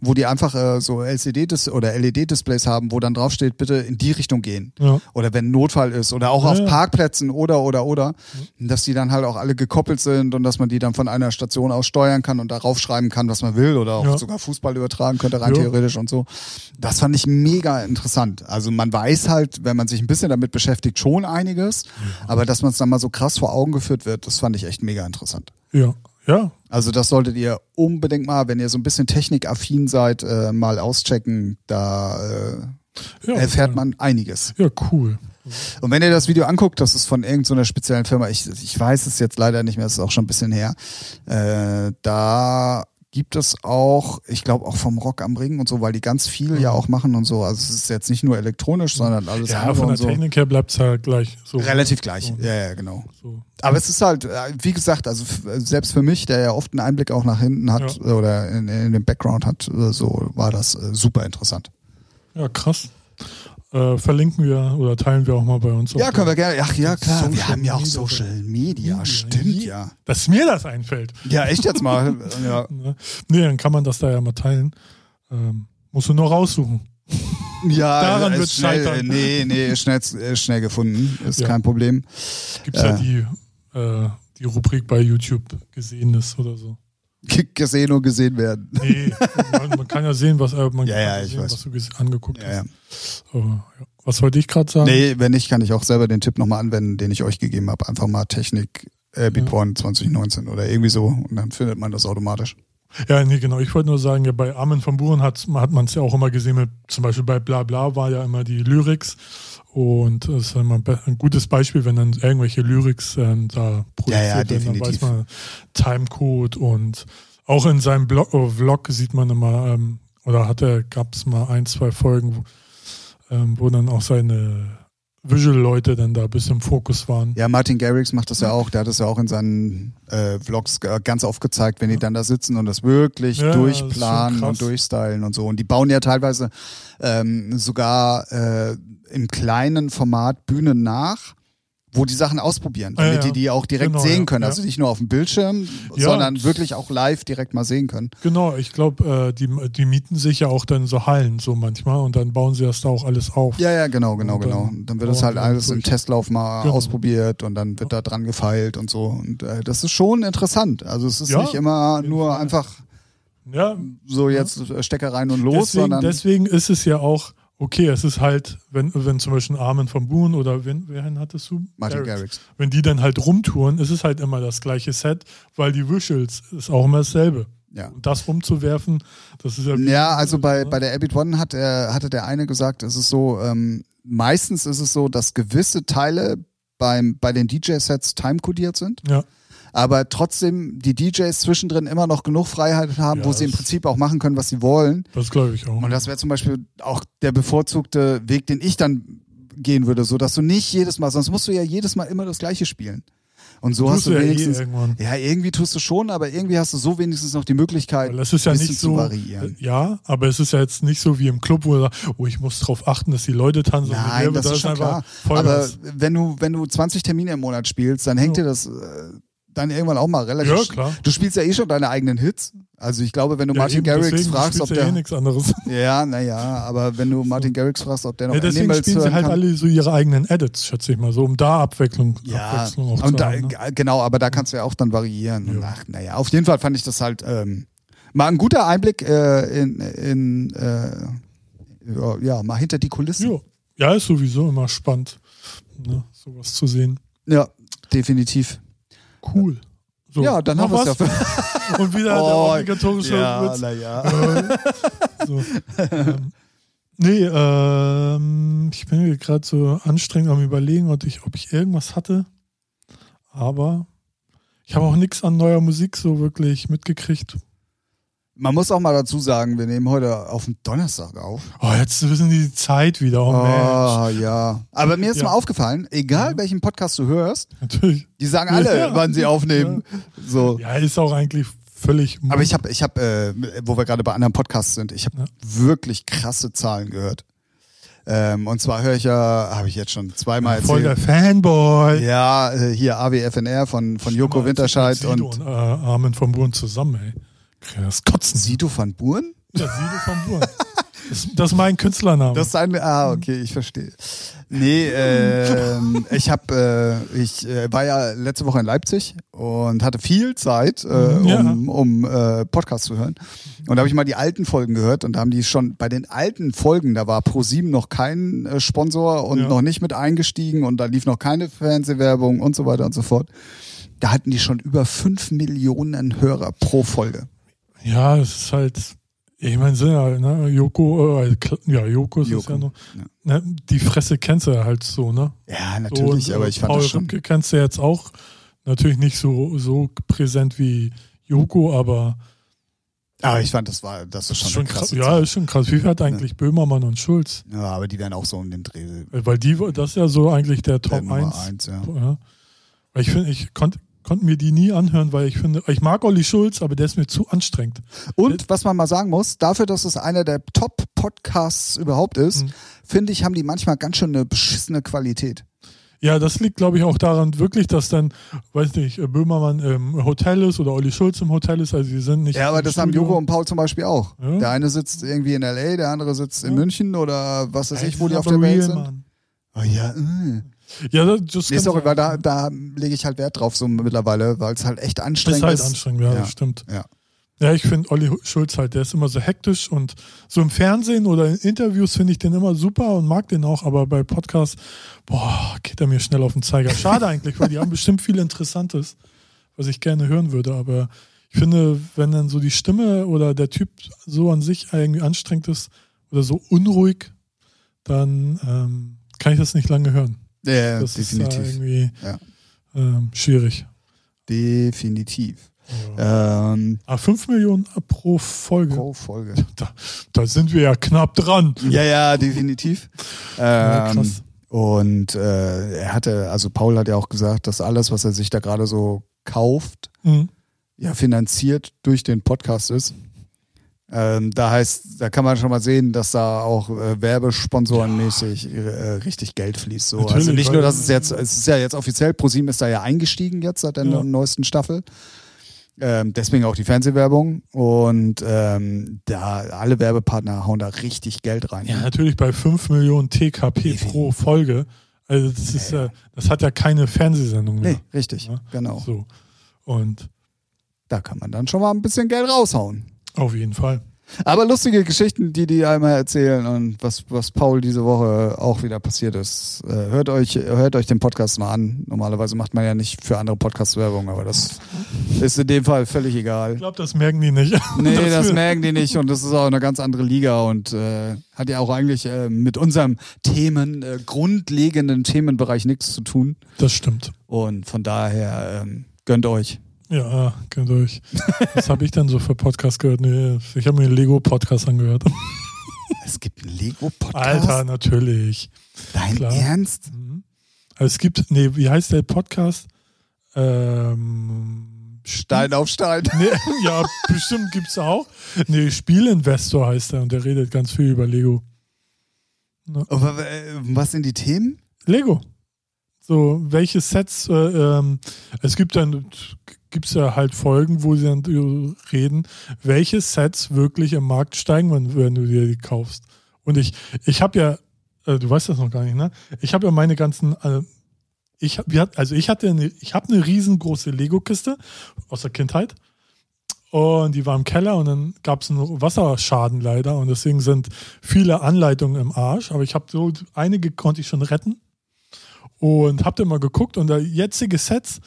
wo die einfach äh, so LCD -Dis oder LED-Displays haben, wo dann draufsteht, bitte in die Richtung gehen.
Ja.
Oder wenn Notfall ist oder auch
Ja,
auf
ja.
Parkplätzen oder oder oder, dass die dann halt auch alle gekoppelt sind und dass man die dann von einer Station aus steuern kann und darauf schreiben kann, was man will oder auch
Ja.
sogar Fußball übertragen könnte rein
Ja.
theoretisch und so. Das fand ich mega interessant. Also man weiß halt, wenn man sich ein bisschen damit beschäftigt, schon einiges, aber dass man es dann mal so krass vor Augen geführt wird, das fand ich echt mega interessant.
Ja. Ja.
Also das solltet ihr unbedingt mal, wenn ihr so ein bisschen technikaffin seid, äh, mal auschecken. Da
Ja.
äh, erfährt man einiges.
Ja, cool.
Und wenn ihr das Video anguckt, das ist von irgendeiner speziellen Firma, ich, ich weiß es jetzt leider nicht mehr, es ist auch schon ein bisschen her, äh, da gibt es auch, ich glaube auch vom Rock am Ring und so, weil die ganz viel ja auch machen und so. Also es ist jetzt nicht nur elektronisch, sondern alles
Mhm. Ja,
andere
von der
und so.
Technik her bleibt es halt gleich so.
Relativ gleich,
So.
ja, ja, genau.
So.
Aber es ist halt, äh, wie gesagt, also f- selbst für mich, der ja oft einen Einblick auch nach hinten hat
Ja.
äh, oder in, in den Background hat, äh, so war das äh, super interessant.
Ja, krass. Äh, verlinken wir oder teilen wir auch mal bei uns.
Ja, können wir gerne, ach ja, klar, wir
Social
haben ja auch
Media.
Social Media, stimmt ja.
Dass mir das einfällt.
Ja, echt jetzt
[laughs]
mal. Ja,
Ne? Nee, dann kann man das da ja mal teilen. Ähm, musst du nur raussuchen.
ja
Daran
ist
wird's
schnell,
scheitern.
Nee, nee, schnell, äh, schnell gefunden. Ist
Ja.
kein Problem.
Gibt es ja die, äh, die Rubrik bei YouTube Gesehenes oder so.
G- Gesehen und gesehen werden. [laughs]
Nee, man, man kann ja sehen, was, äh, man
Ja,
kann
ja,
ja
ich
sehen,
weiß.
was du ges- angeguckt
Ja, ja.
hast. Aber, ja. Was wollte ich gerade sagen?
Nee, wenn nicht, kann ich auch selber den Tipp nochmal anwenden, den ich euch gegeben habe. Einfach mal Technik äh, Beatporn 2019 oder irgendwie so. Und dann findet man das automatisch.
Ja, nee, genau. Ich wollte nur sagen, ja, bei Armin von Buren hat, hat man es ja auch immer gesehen, mit, zum Beispiel bei Blabla war ja immer die Lyrics. Und das ist immer ein be- ein gutes Beispiel, wenn dann irgendwelche Lyrics ähm, da produziert
Ja, ja,
werden, dann
definitiv.
weiß man Timecode und auch in seinem Blog, oh, Vlog sieht man immer, ähm, oder hat er, gab es mal ein, zwei Folgen, wo, ähm, wo dann auch seine Visual-Leute dann da ein bisschen im Fokus waren.
Ja, Martin Garrix macht das ja auch. Der hat das ja auch in seinen äh, Vlogs äh, ganz aufgezeigt, wenn die dann da sitzen und das wirklich
Ja, das ist
durchplanen
schon
und
krass.
durchstylen und so. Und die bauen ja teilweise ähm, sogar äh, im kleinen Format Bühnen nach, wo die Sachen ausprobieren,
Ja,
damit
Ah, ja.
die die auch direkt
Genau,
sehen
ja,
können.
ja.
Also nicht nur auf dem Bildschirm,
Ja,
sondern
und-
wirklich auch live direkt mal sehen können.
Genau, ich glaube, äh, die, die mieten sich ja auch dann so Hallen so manchmal und dann bauen sie das da auch alles auf.
Ja, ja, genau, genau,
Und dann
genau. Und Dann wird
bauen
das halt
die
alles im
durch.
Testlauf mal
Genau.
ausprobiert und dann wird da dran gefeilt und so. Und äh, das ist schon interessant. Also es ist
Ja,
nicht immer nur
Fall.
einfach
Ja,
so jetzt äh, Stecker rein und los,
deswegen,
sondern
deswegen ist es ja auch, okay, es ist halt, wenn, wenn zum Beispiel Armin von Buren oder wen, wen hattest du?
Martin
Garrix.
Garrix.
Wenn die dann halt rumtouren, ist es halt immer das gleiche Set, weil die Visuals ist auch immer dasselbe.
Ja.
Und das rumzuwerfen, das ist ja. wie-
Ja, also bei,
ne?
bei der Abbott One hat er, hatte der eine gesagt, es ist so, ähm, meistens ist es so, dass gewisse Teile beim, bei den DJ-Sets timecodiert sind,
Ja,
aber trotzdem die DJs zwischendrin immer noch genug Freiheit haben,
Ja,
wo sie im
das-
Prinzip auch machen können, was sie wollen.
das glaube ich auch.
Und das wäre zum Beispiel auch der bevorzugte Weg, den ich dann gehen würde, so dass du nicht jedes Mal, sonst musst du ja jedes Mal immer das Gleiche spielen. Und so hast
Tust
du
du ja eh
wenigstens.
irgendwann.
ja, irgendwie tust du schon, aber irgendwie hast du so wenigstens noch die Möglichkeit,
Weil das ist ja
ein bisschen
nicht so. äh,
zu variieren.
Ja, aber es ist ja jetzt nicht so wie im Club, wo du sagst, oh, ich muss drauf achten, dass die Leute tanzen.
Nein,
Und
das,
da
ist schon
einfach
klar. Aber
Vollgas.
wenn du, wenn du 20 Termine im Monat spielst, dann hängt
Ja.
dir das äh, dann irgendwann auch mal relativ.
Ja,
sch-
klar.
Du spielst ja eh schon deine eigenen Hits. Also ich glaube, wenn du
Ja,
Martin
eben,
Garrix
deswegen, du
fragst, ob
spielst ja eh
der.
nichts anderes.
Ja, naja, aber wenn du Martin Garrix fragst, ob der noch
Ja, deswegen
Animals
spielen sie
hören
halt
kann.
alle so ihre eigenen Edits, schätze ich mal, so um da Abwechslung,
ja,
Abwechslung auch
und
zu
da,
haben. Ne?
g- genau, aber da kannst du ja auch dann variieren. Und Ach, naja, auf jeden Fall fand ich das halt ähm, mal ein guter Einblick äh, in, in äh, ja, ja, mal hinter die Kulissen.
Jo. Ja, ist sowieso immer spannend, ne? sowas zu sehen.
Ja, definitiv.
Cool. So,
Ja, dann
noch
haben wir es ja.
was? Und wieder
Oh,
der obligatorische
ja,
Witz. Äh,
naja.
so. ähm, nee, ähm, ich bin mir gerade so anstrengend am überlegen, ob ich, ob ich irgendwas hatte. Aber ich habe auch nichts an neuer Musik so wirklich mitgekriegt.
Man muss auch mal dazu sagen, wir nehmen heute auf den Donnerstag auf.
Oh, jetzt wissen die die Zeit wieder. Oh, Mensch.
Ah, ja. Aber mir ist
Ja.
mal aufgefallen, egal welchen Podcast du hörst,
Natürlich.
die sagen alle,
Ja.
wann sie aufnehmen. So.
Ja, ist auch eigentlich völlig.
Aber ich habe, ich hab, äh, wo wir gerade bei anderen Podcasts sind, ich habe
Mhm. Ja.
wirklich krasse Zahlen gehört. Ähm, und zwar höre ich ja, habe ich jetzt schon zweimal
voll der
erzählt.
Fanboy.
Ja, äh, hier AWFNR von, von Joko Winterscheid
Sido
und
und äh, Armin von Buren zusammen, ey. Krass, kotzen.
[laughs] Sido van Buren?
Ja, Sido von Buren. Das, das ist mein Künstlername.
Das ist ein, ah, okay, ich verstehe.
[laughs]
Nee, ähm, ich habe, äh, ich äh, war ja letzte Woche in Leipzig und hatte viel Zeit, äh, um,
Mhm, Ja.
um äh, Podcasts zu hören. Und da habe ich mal die alten Folgen gehört und da haben die schon bei den alten Folgen, da war ProSieben noch kein äh, Sponsor und
Ja.
noch nicht mit eingestiegen und da lief noch keine Fernsehwerbung und so weiter und so fort. Da hatten die schon über 5 Millionen Hörer pro Folge.
ja, es ist halt. Ich meine, sind ja, ne, Joko, äh, Kl- ja, Joko ist es
Joko,
ja nur.
ja.
Ne, die Fresse kennst du ja halt so, ne?
Ja,
So,
natürlich,
und,
aber
äh,
ich fand
Paul
das schon.
Rübke kennst du jetzt auch. Natürlich nicht so, so präsent wie Joko, aber
Aber ich fand, das war, das ist schon,
schon
eine krasse
krass.
Zahl.
Ja, ist schon krass. Wie viel hat eigentlich Böhmermann und Schulz?
Ja, aber die wären auch so um den Dreh.
Äh, Weil die, das ist ja so eigentlich der Top
Nummer
1.
eins, ja.
Ja. Weil ich finde, ich konnte konnt mir die nie anhören, weil ich finde, ich mag Olli Schulz, aber der ist mir zu anstrengend.
Und was man mal sagen muss, dafür, dass es einer der Top-Podcasts überhaupt ist,
Mhm.
finde ich, haben die manchmal ganz schön eine beschissene Qualität.
Ja, das liegt, glaube ich, auch daran wirklich, dass dann, weiß nicht, äh, Böhmermann im Hotel ist oder Olli Schulz im Hotel ist. Also die sind nicht.
Ja, aber
im
das haben
Studio.
Joko und Paul zum Beispiel auch.
Ja.
Der eine sitzt irgendwie in L.A., der andere sitzt in
Ja.
München oder was weiß
Ey,
ich, wo
die
die
sind
auf
aber
der Welt
real,
sind.
Mann.
Oh ja, äh.
Ja, das, das
nee,
kann
sorry,
sein.
weil da, da lege ich halt Wert drauf so mittlerweile, weil es halt echt
Das ist
anstrengend
halt
ist.
anstrengend, ja,
Ja.
das stimmt.
Ja.
Ja, ich finde Olli Schulz halt, der ist immer so hektisch und so im Fernsehen oder in Interviews finde ich den immer super und mag den auch, aber bei Podcasts, boah, geht er mir schnell auf den Zeiger. Schade eigentlich, weil die haben bestimmt viel Interessantes, was ich gerne hören würde, aber ich finde, wenn dann so die Stimme oder der Typ so an sich irgendwie anstrengend ist oder so unruhig, dann ähm, kann ich das nicht lange hören.
Ja, Ja,
Das ist
definitiv.
halt- ja irgendwie
Ja.
ähm, schwierig.
definitiv.
Ja.
Ähm,
Ah, 5 Millionen pro Folge.
pro Folge.
Da sind wir ja knapp dran.
Ja, ja, definitiv.
[laughs]
Ähm,
Ja, krass.
Und äh, er hatte, also Paul hat ja auch gesagt, dass alles, was er sich da gerade so kauft,
Mhm.
ja finanziert durch den Podcast ist. Ähm, da heißt, da kann man schon mal sehen, dass da auch äh, Werbesponsorenmäßig äh, richtig Geld fließt. So.
Natürlich,
Also nicht
weil-
nur, dass es jetzt, es ist ja jetzt offiziell, ProSieben ist da ja eingestiegen jetzt seit der
Ja.
neuesten Staffel. Ähm, deswegen auch die Fernsehwerbung. Und ähm, da alle Werbepartner hauen da richtig Geld rein.
Ja, natürlich bei 5 Millionen TKP pro Folge. Also das ist ja, das hat ja keine Fernsehsendung
Nee,
mehr.
richtig,
Ja.
genau.
So. Und
Da kann man dann schon mal ein bisschen Geld raushauen.
auf jeden Fall.
Aber lustige Geschichten, die die einmal erzählen und was, was Paul diese Woche auch wieder passiert ist. Äh, hört, euch, hört euch den Podcast mal an. Normalerweise macht man ja nicht für andere Podcasts Werbung, aber das ist in dem Fall völlig egal.
Ich glaube, das merken die nicht. [laughs]
Nee,
Dass
das
wir-
merken die nicht und das ist auch eine ganz andere Liga und äh, hat ja auch eigentlich äh, mit unserem Themen, äh, grundlegenden Themenbereich nichts zu tun.
das stimmt.
Und von daher ähm, gönnt euch.
Ja, ah, könnt ihr
[laughs]
euch. Was habe ich denn so für Podcast gehört? Nee, ich habe mir einen Lego-Podcast angehört.
Es gibt einen Lego-Podcast.
Alter, natürlich.
Dein
klar.
Ernst?
Mhm. Also es gibt, nee, wie heißt der Podcast? Ähm,
Stein auf Stein.
Nee, [laughs] ja, bestimmt gibt's auch. Nee, Spielinvestor heißt er und der redet ganz viel über Lego.
[laughs] Aber äh, was sind die Themen?
Lego. So, welche Sets, äh, ähm, es gibt dann, gibt's ja halt Folgen, wo sie dann drüber reden, welche Sets wirklich im Markt steigen, wenn, wenn du dir die kaufst. Und ich, ich habe ja, äh, du weißt das noch gar nicht, ne? Ich habe ja meine ganzen, äh, ich hab, wir hat, also ich hatte, eine, ich habe eine riesengroße Lego-Kiste aus der Kindheit. Und die war im Keller und dann gab es einen Wasserschaden leider und deswegen sind viele Anleitungen im Arsch. Aber ich habe so einige konnte ich schon retten und habe dann mal geguckt und da jetzige Sets,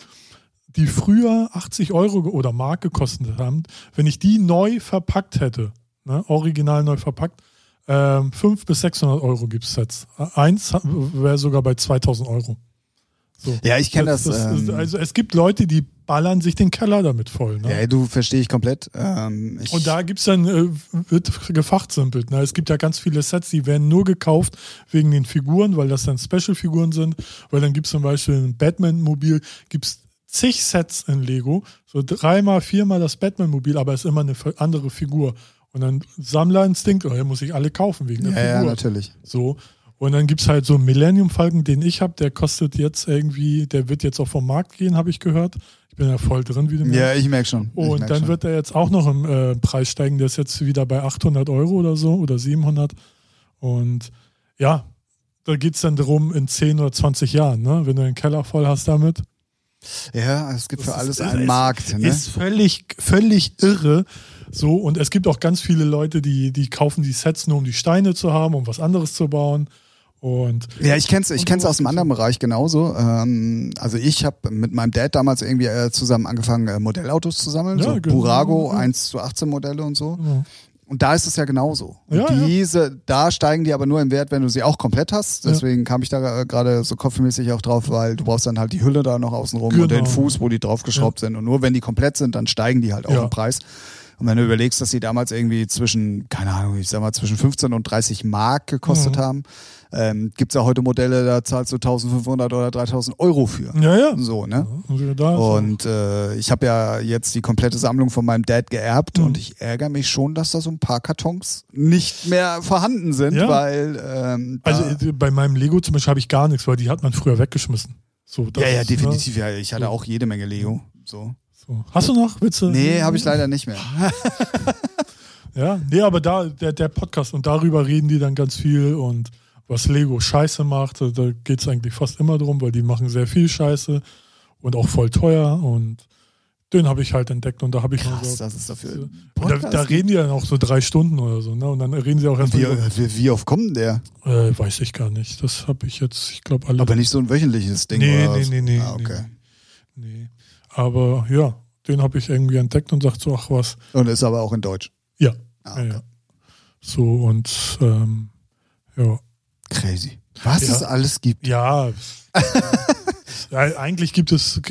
die früher 80 Euro ge- oder Mark gekostet haben, wenn ich die neu verpackt hätte, ne, original neu verpackt, ähm, 500 bis 600 Euro gibt es Sets. Eins wäre sogar bei 2000 Euro. So.
Ja, ich kenne das.
ist-
ähm,
also es gibt Leute, die ballern sich den Keller damit voll. Ne?
ja, du verstehe ich komplett. Ähm, ich,
Und da gibt's dann, äh, wird gefachsimpelt. Ne? Es gibt ja ganz viele Sets, die werden nur gekauft wegen den Figuren, weil das dann Special-Figuren sind. Weil dann gibt's zum Beispiel ein Batman-Mobil, gibt's zig Sets in Lego. So dreimal, viermal das Batman-Mobil, aber ist immer eine f- andere Figur. Und dann Sammlerinstinkt, oh, hier muss ich alle kaufen wegen der
ja, ja,
Figur.
natürlich.
So. Und dann gibt es halt so einen Millennium-Falken, den ich habe, der kostet jetzt irgendwie, der wird jetzt auch vom Markt gehen, habe ich gehört. Ich bin ja voll drin, wie du merkst.
Ja, ich merke schon. Ich
Und
merk
dann
schon.
wird er jetzt auch noch im äh, Preis steigen. Der ist jetzt wieder bei 800 Euro oder so oder 700. Und ja, da geht es dann darum, in 10 oder 20 Jahren, ne? wenn du den Keller voll hast damit.
Ja, es gibt für
Das
alles
ist-
einen
ist-
Markt. Ne?
Ist völlig, völlig irre. So, und es gibt auch ganz viele Leute, die, die kaufen die Sets nur, um die Steine zu haben, um was anderes zu bauen. Und
Ja, ich kenn's, ich
Und
kenn's
so
aus dem
weiter.
anderen Bereich genauso. Ähm, also ich habe mit meinem Dad damals irgendwie äh, zusammen angefangen, äh, Modellautos zu sammeln.
Ja,
so
genau.
Burago, 1 zu 18 Modelle und so.
Ja.
Und da ist es ja genauso. Und
Ja, ja.
diese, da steigen die aber nur im Wert, wenn du sie auch komplett hast.
Ja.
Deswegen kam ich da äh, gerade so kopfmäßig auch drauf, weil du brauchst dann halt die Hülle da noch außen rum
Genau.
und den Fuß, wo die draufgeschraubt sind. Und nur wenn die komplett sind, dann steigen die halt auch
Ja.
im Preis. Und wenn du überlegst, dass die damals irgendwie zwischen, keine Ahnung, ich sag mal zwischen 15 und 30 Mark gekostet
Mhm.
haben, ähm, gibt's ja heute Modelle, da zahlst du 1500 oder 3000 Euro für.
ja, ja.
So, ne?
Und da ist
Und äh, ich habe ja jetzt die komplette Sammlung von meinem Dad geerbt
Mhm.
und ich ärgere mich schon, dass da so ein paar Kartons nicht mehr vorhanden sind,
Ja.
weil ähm, da-
Also äh, bei meinem Lego zum Beispiel habe ich gar nichts, weil die hat man früher weggeschmissen. So, das
ja, ja,
ist, ne,
definitiv. Ja, ich hatte
so.
auch jede Menge Lego. So.
so. Hast du noch Witze?
Nee, habe ich leider nicht mehr.
Ja, nee, aber da der, der Podcast und darüber reden die dann ganz viel und was Lego Scheiße macht, äh, da, da geht es eigentlich fast immer drum, weil die machen sehr viel Scheiße und auch voll teuer und den habe ich halt entdeckt und da habe ich mal
Krass,
so,
das ist dafür.
und da, da reden die dann auch so drei Stunden oder so, ne? Und dann reden sie auch
Wie,
erstmal,
wie, wie oft kommt denn der?
über, äh, weiß ich gar nicht. Das habe ich jetzt, ich glaube alle.
Aber nicht so ein wöchentliches Ding.
Nee,
oder
nee,
was?
nee, nee,
Ah, okay.
nee. Aber ja, den habe ich irgendwie entdeckt und sagt so, ach was,
Und ist aber auch in Deutsch.
ja,
Ah,
ja,
okay.
ja. So und ähm, ja.
Crazy. Was
Ja.
es alles gibt. [laughs]
Ja. Ja, Eigentlich gibt es,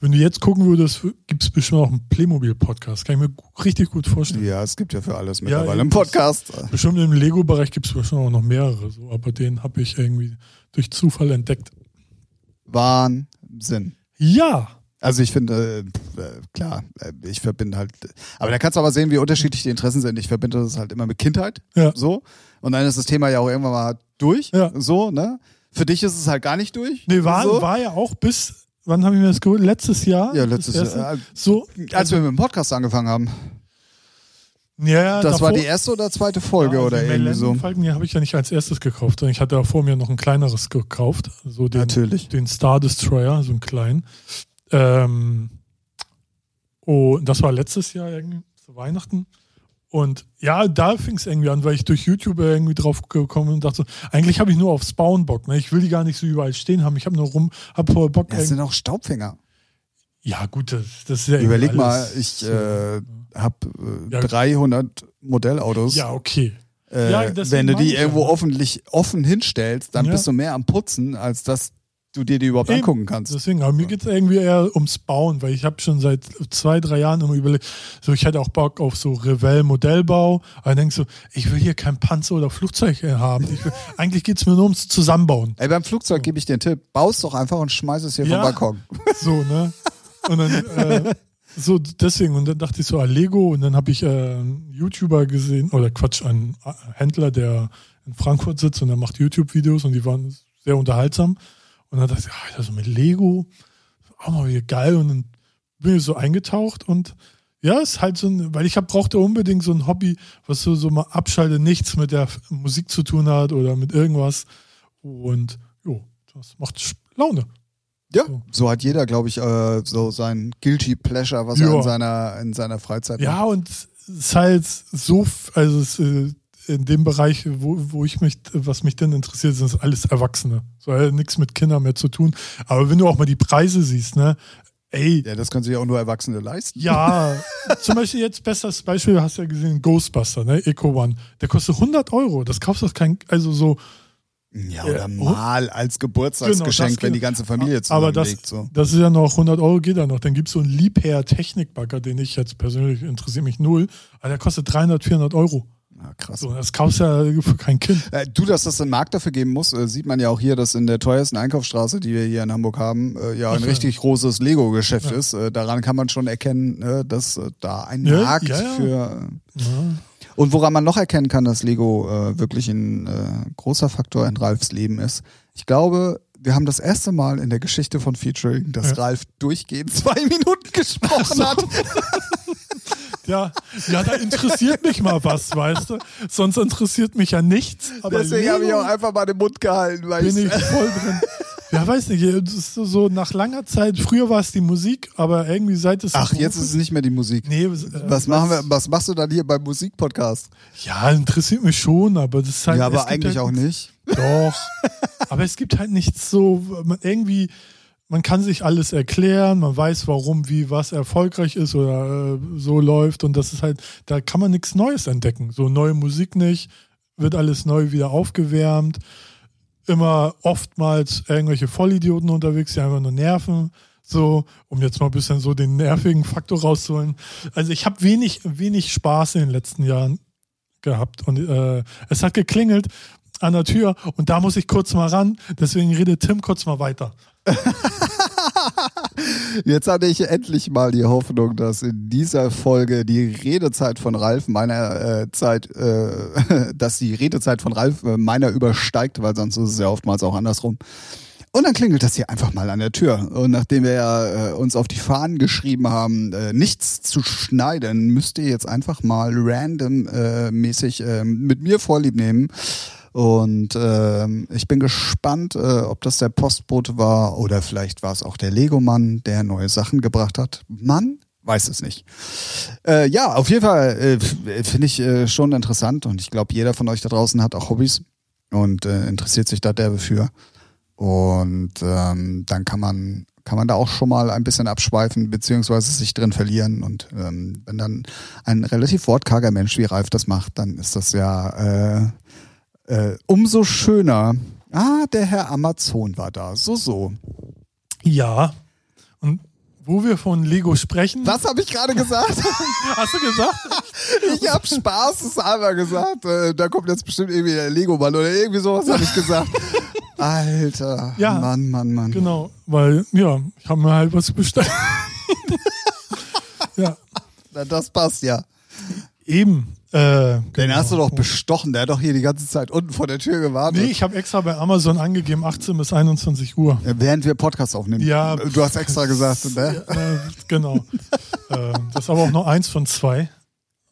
wenn du jetzt gucken würdest, gibt es bestimmt auch einen Playmobil-Podcast. Kann ich mir gu- richtig gut vorstellen.
Ja, es gibt ja für alles
Ja,
mittlerweile
eben,
einen
das-
Podcast.
Bestimmt im Lego-Bereich gibt es bestimmt auch noch mehrere, so, aber den habe ich irgendwie durch Zufall entdeckt.
Wahnsinn.
Ja,
Also ich finde, äh, pf, äh, klar, äh, ich verbinde halt, aber da kannst du aber sehen, wie unterschiedlich die Interessen sind. Ich verbinde das halt immer mit Kindheit,
Ja.
so. Und dann ist das Thema ja auch irgendwann mal durch,
Ja.
so, ne? Für dich ist es halt gar nicht durch.
nee, war,
so.
war ja auch bis, wann habe ich mir das geholt? Letztes Jahr?
Ja, letztes
Das erste?
Jahr. äh,
So,
Als wir mit dem Podcast angefangen haben.
ja, ja,
Das war
davor-
die erste oder zweite Folge
Ja, also
oder
die
irgendwie so.
Millennium-Falken, die habe ich ja nicht als erstes gekauft, sondern ich hatte ja vor mir noch ein kleineres gekauft. So den,
Natürlich.
Den Star Destroyer, so einen kleinen. Ähm, oh, das war letztes Jahr irgendwie zu Weihnachten. Und ja, da fing es irgendwie an, weil ich durch YouTube irgendwie drauf gekommen bin und dachte, so, eigentlich habe ich nur auf Spawn Bock. Ne? Ich will die gar nicht so überall stehen haben. Ich habe nur rum, habe voll Bock.
Das
irgendwie-
sind auch Staubfinger.
ja, gut, das, das ist ja irgendwie
Überleg mal,
alles
ich
so.
äh, habe äh,
Ja.
300 Modellautos.
ja, okay.
Äh,
Ja, deswegen
wenn du
meine
die
ich ja.
irgendwo offentlich, offen hinstellst, dann
Ja.
bist du mehr am Putzen, als dass du dir die überhaupt
Eben.
angucken kannst.
Deswegen, aber mir geht es irgendwie eher ums Bauen, weil ich habe schon seit zwei, drei Jahren immer überlegt, so ich hätte auch Bock auf so Revell-Modellbau, aber dann denkst du, ich will hier kein Panzer oder Flugzeug äh, haben. Ich will, eigentlich geht es mir nur ums Zusammenbauen.
Ey, beim Flugzeug gebe ich dir einen Tipp, baust doch einfach und schmeiß es hier
Ja.
vom Balkon.
So, ne? Und dann, äh, so deswegen, und dann dachte ich so, ah, Lego, und dann habe ich äh, einen YouTuber gesehen, oder Quatsch, einen äh, Händler, der in Frankfurt sitzt und der macht YouTube-Videos und die waren sehr unterhaltsam. Und dann dachte ich, ah, das mit Lego, auch mal wieder geil. Und dann bin ich so eingetaucht und ja, ist halt so ein, weil ich hab, brauchte unbedingt so ein Hobby, was so, so mal abschalte, nichts mit der F- Musik zu tun hat oder mit irgendwas. Und jo, das macht Sch- Laune.
Ja,
So.
so hat jeder, glaube ich, äh, so sein Guilty Pleasure, was
Ja.
er in seiner, in seiner Freizeit macht.
Ja, und es ist halt so, f- also es, äh, in dem Bereich, wo, wo ich mich, was mich denn interessiert, sind es alles Erwachsene. So hat nichts mit Kindern mehr zu tun. Aber wenn du auch mal die Preise siehst, ne, ey,
Ja, das können sich auch nur Erwachsene leisten. [laughs]
ja, zum Beispiel jetzt bestes Beispiel, hast du ja gesehen, Ghostbuster, ne, Eco One, der kostet 100 Euro. Das kaufst du kein, also so,
Ja,
Ja,
oder
oh.
mal als Geburtstagsgeschenk,
Genau, das
wenn die
geht.
ganze Familie
Aber das,
zusammenlegt. So.
das ist ja noch 100 Euro geht da noch. Dann gibt es so einen Liebherr-Technikbagger, den ich jetzt persönlich interessiere mich null. Aber der kostet 300, 400 Euro.
Ah, krass.
So, das kaufst du ja für kein Kind.
Äh, Du, dass das einen Markt dafür geben muss, äh, sieht man ja auch hier, dass in der teuersten Einkaufsstraße, die wir hier in Hamburg haben, äh, ja ein
ja.
richtig großes Lego-Geschäft
Ja.
ist. Äh, Daran kann man schon erkennen, äh, dass äh, da ein
Ja,
Markt
ja, ja.
für...
Ja.
Und woran man noch erkennen kann, dass Lego äh, wirklich ein äh, großer Faktor in Ralfs Leben ist. Ich glaube, wir haben das erste Mal in der Geschichte von Featuring, dass Ralf durchgehend [laughs] zwei Minuten gesprochen hat.
Ja, ja, da interessiert mich mal was, weißt du? Sonst interessiert mich ja nichts. Aber
Deswegen habe ich
Lego
auch einfach mal den Mund gehalten, weil
bin ich
ich
voll drin. Ja, weiß nicht, das ist so nach langer Zeit, früher war es die Musik, aber irgendwie seit es.
Ach, jetzt ist es nicht mehr die Musik.
Nee, äh,
Was, machen wir, was machst du dann hier beim Musikpodcast?
Ja, interessiert mich schon, aber das ist halt.
Ja,
es
aber
gibt
eigentlich
halt,
auch nicht.
Doch. aber es gibt halt nichts so, man irgendwie, man kann sich alles erklären, man weiß, warum, wie, was erfolgreich ist oder äh, so läuft und das ist halt, da kann man nichts Neues entdecken. So neue Musik nicht, wird alles neu wieder aufgewärmt. Immer oftmals irgendwelche Vollidioten unterwegs, die einfach nur nerven. So, um jetzt mal ein bisschen so den nervigen Faktor rauszuholen. Also ich habe wenig, wenig Spaß in den letzten Jahren gehabt und äh, es hat geklingelt an der Tür und da muss ich kurz mal ran, deswegen redet Tim kurz mal weiter.
Jetzt hatte ich endlich mal die Hoffnung, dass in dieser Folge die Redezeit von Ralf meiner äh, Zeit, äh, [laughs] dass die Redezeit von Ralf äh, meiner übersteigt, weil sonst ist es ja oftmals auch andersrum. Und dann klingelt das hier einfach mal an der Tür. Und nachdem wir ja äh, uns auf die Fahnen geschrieben haben, äh, nichts zu schneiden, müsst ihr jetzt einfach mal random äh, mäßig äh, mit mir vorlieb nehmen. Und ähm, ich bin gespannt, äh, ob das der Postbote war oder vielleicht war es auch der Lego-Mann, der neue Sachen gebracht hat. Mann? Weiß es nicht. Äh, ja, auf jeden Fall äh, f- äh, finde ich äh, schon interessant und ich glaube, jeder von euch da draußen hat auch Hobbys und äh, interessiert sich da derbe für. Und ähm, dann kann man, kann man da auch schon mal ein bisschen abschweifen, beziehungsweise sich drin verlieren. Und ähm, wenn dann ein relativ wortkarger Mensch wie Ralf das macht, dann ist das ja äh, äh, umso schöner. Ah, der Herr Amazon war da. So, so.
Ja. Und wo wir von Lego sprechen,
Was habe ich
[laughs]
gerade gesagt?
hast du gesagt?
Ich habe Spaß, ist aber gesagt. Äh, da kommt jetzt bestimmt irgendwie der Lego-Mann oder irgendwie sowas habe ich gesagt. Alter.
Ja.
Mann, Mann, Mann.
genau, weil ja, ich habe mir halt was bestellt. ja,
Na, Das passt ja.
eben. Äh,
Den
genau.
hast du doch bestochen. Der hat doch hier die ganze Zeit unten vor der Tür gewartet.
Nee, ich habe extra bei Amazon angegeben 18 bis 21 Uhr.
Ja, Äh, Während wir Podcast aufnehmen. Äh,
Ja.
Du hast extra gesagt, ne?
Ja, äh, genau. ähm, das ist aber auch nur eins von zwei.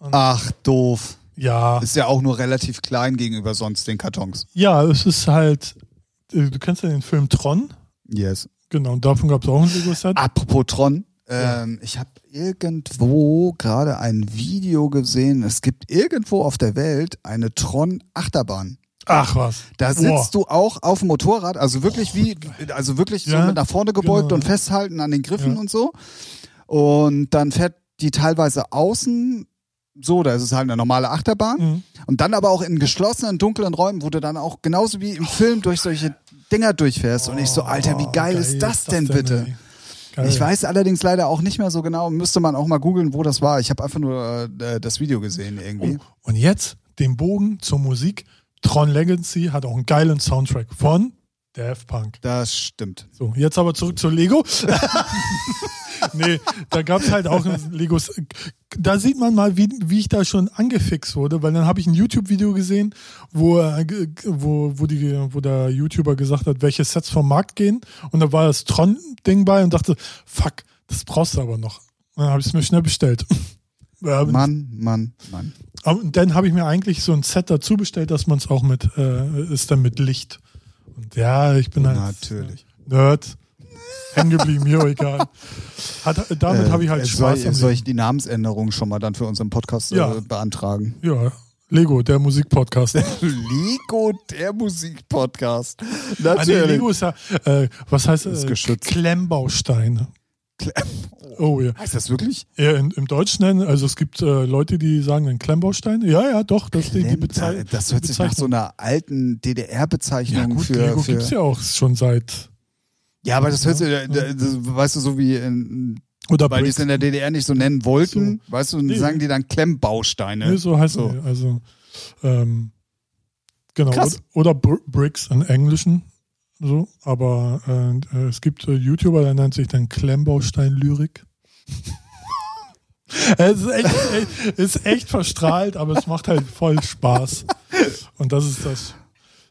Ach, doof.
Ja.
Ist ja auch nur relativ klein gegenüber sonst den Kartons.
Ja, es ist halt, äh, du kennst ja den Film Tron.
Yes.
Genau, und davon gab es auch ein Lego-Set.
Apropos Tron. Ähm, Ich habe irgendwo gerade ein Video gesehen. Es gibt irgendwo auf der Welt eine Tron-Achterbahn.
Ach was.
Da sitzt
Boah.
du auch auf dem Motorrad, also wirklich
Oh,
wie, also wirklich so
Ja,
mit nach vorne gebeugt
genau,
und
ja.
festhalten an den Griffen
Ja.
und so. Und dann fährt die teilweise außen, so, da ist es halt eine normale Achterbahn.
Mhm.
Und dann aber auch in geschlossenen, dunklen Räumen, wo du dann auch genauso wie im Film durch solche Dinger durchfährst. Und ich so, Alter, wie
Oh,
geil, ist das denn bitte?
ey? Geil.
Ich weiß allerdings leider auch nicht mehr so genau, müsste man auch mal googeln, wo das war. Ich habe einfach nur äh, das Video gesehen irgendwie.
Oh, und jetzt den Bogen zur Musik. Tron Legacy hat auch einen geilen Soundtrack von Daft Punk.
Das stimmt.
So, jetzt aber zurück zu Lego. nee, da gab es halt auch ein Legos. Da sieht man mal, wie, wie ich da schon angefixt wurde, weil dann habe ich ein YouTube-Video gesehen, wo, äh, g- wo, wo, die, wo der YouTuber gesagt hat, welche Sets vom Markt gehen. Und da war das Tron-Ding bei und dachte, fuck, das brauchst du aber noch. Und dann habe ich es mir schnell bestellt. [laughs] Ja,
Mann, Mann, Mann.
aber dann habe ich mir eigentlich so ein Set dazu bestellt, dass man es auch mit, äh, ist dann mit Licht. Und ja, ich bin halt
Natürlich.
Nerd. Hängen geblieben, mir egal. Hat, damit
Äh,
habe ich halt
äh,
Spaß
Soll,
am
soll
Leben.
ich die Namensänderung schon mal dann für unseren Podcast
Ja.
äh, beantragen? [laughs]
Ja, Lego, der Musikpodcast.
Lego, der Musikpodcast.
Ah, nee,
Natürlich.
Lego ist ja, äh, was heißt
Ist
äh,
geschützt.
Klemmbaustein.
Klemm.
[laughs] Oh ja.
Heißt das wirklich?
Eher in, Im Deutschen nennen, also es gibt äh, Leute, die sagen dann Klemmbaustein. Ja, ja, doch, das ist die, die
Klemm,
Bezeichnung.
äh, das hört sich nach so einer alten
ja,
DDR-Bezeichnung
gut,
für.
Lego
für
gibt es ja auch schon seit.
Ja, aber das hört sich, äh, das, weißt du, so wie, in,
Oder
weil die es in der DDR nicht so nennen wollten, weißt du,
Nee.
dann sagen die dann Klemmbausteine.
Nee, so heißen
So.
die. Also, ähm, genau.
Krass.
Oder, oder Br Bricks in Englischen. So, aber äh, äh, es gibt äh, YouTuber, der nennt sich dann Klemmbaustein-Lyrik. [laughs] es ist echt, echt, ist echt verstrahlt, aber es macht halt voll Spaß. Und das ist das.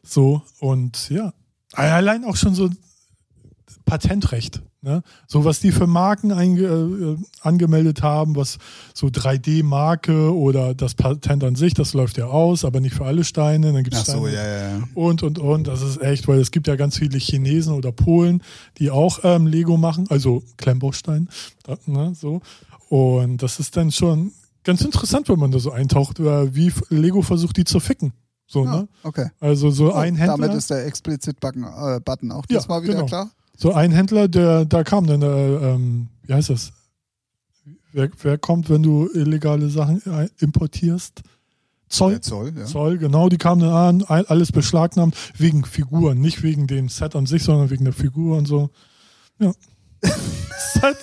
So, und ja. Allein auch schon so Patentrecht. Ne? So was die für Marken einge äh, angemeldet haben, was so 3D-Marke oder das Patent an sich, das läuft ja aus, aber nicht für alle Steine. Dann gibt es
Ach so,
Steine
ja, ja, ja.
und und und. Das ist echt, weil es gibt ja ganz viele Chinesen oder Polen, die auch ähm, Lego machen, also Klemmbaustein, da, ne, so. Und das ist dann schon ganz interessant, wenn man da so eintaucht, äh, wie F- Lego versucht, die zu ficken. So,
Ah,
ne?
okay.
Also so ein Händler.
Damit ist der explizit Button, äh, Button auch
Ja,
diesmal wieder
genau.
klar.
So ein Händler, der da kam, dann, äh, ähm, wie heißt das? Wer, wer kommt, wenn du illegale Sachen äh, importierst? Zoll?
Der Zoll, ja. Äh,
Zoll, genau, die kamen dann an, all- alles beschlagnahmt, wegen Figuren, nicht wegen dem Set an sich, sondern wegen der Figur und so.
[laughs]
Ja. Set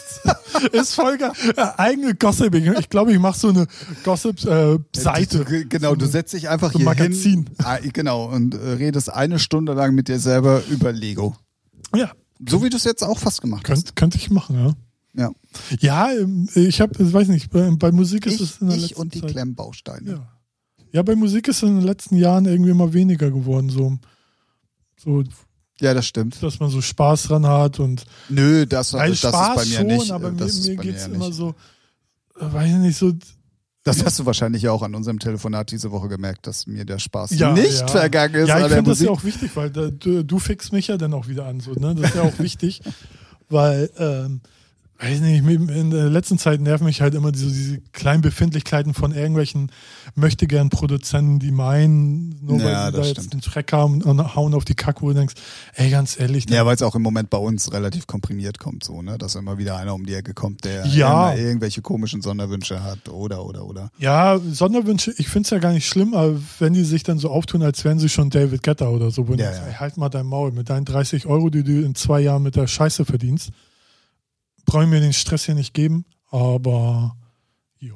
ist voll geil. Äh, eigene Gossip. Ich glaube, ich mache so eine äh, Gossip-Seite.
Du- Genau, du setzt dich einfach
So ein
hier
Magazin.
hin. Ah, Genau, und äh, redest eine Stunde lang mit dir selber über Lego.
ja,
So wie du es jetzt auch fast gemacht hast.
könnte könnt ich machen, ja.
Ja.
Ja, ähm, ich habe, ich weiß nicht, bei, bei Musik ist es
Ich,
in der
ich
letzten
und die
Zeit.
Klemmbausteine.
Ja. ja, bei Musik ist es in den letzten Jahren irgendwie immer weniger geworden, so, so
Ja, das stimmt.
dass man so Spaß dran hat und
Nö, das,
Nein,
das
Spaß
ist bei mir
schon,
nicht.
aber
äh,
mir,
das ist
mir
bei mir
geht es
nicht.
immer so, äh, weiß ich nicht, so,
Das hast du wahrscheinlich auch an unserem Telefonat diese Woche gemerkt, dass mir der Spaß
Ja,
nicht
ja.
vergangen ist
ja, ich
an der
finde das
Musik.
ja auch wichtig, weil da, du, du fixst mich ja dann auch wieder an, so, ne? das ist ja auch wichtig, [laughs] weil, ähm, weiß nicht, mir- in der letzten Zeit nerven mich halt immer diese, diese kleinen Befindlichkeiten von irgendwelchen möchtegern Produzenten, die meinen, nur weil
Ja,
sie da
das
jetzt
stimmt.
einen Track haben und hauen auf die Kacke und denkst, ey, ganz ehrlich,
ja, weil es auch im Moment bei uns relativ komprimiert kommt, so, ne? Dass immer wieder einer um die Ecke kommt, der
Ja.
immer irgendwelche komischen Sonderwünsche hat oder oder oder.
Ja, Sonderwünsche, ich finde es ja gar nicht schlimm, aber wenn die sich dann so auftun, als wären sie schon David Getter oder so, wo
Ja,
du sagst,
ja.
ey, halt mal dein Maul mit deinen 30 Euro, die du in zwei Jahren mit der Scheiße verdienst, brauche ich mir den Stress hier nicht geben, aber jo.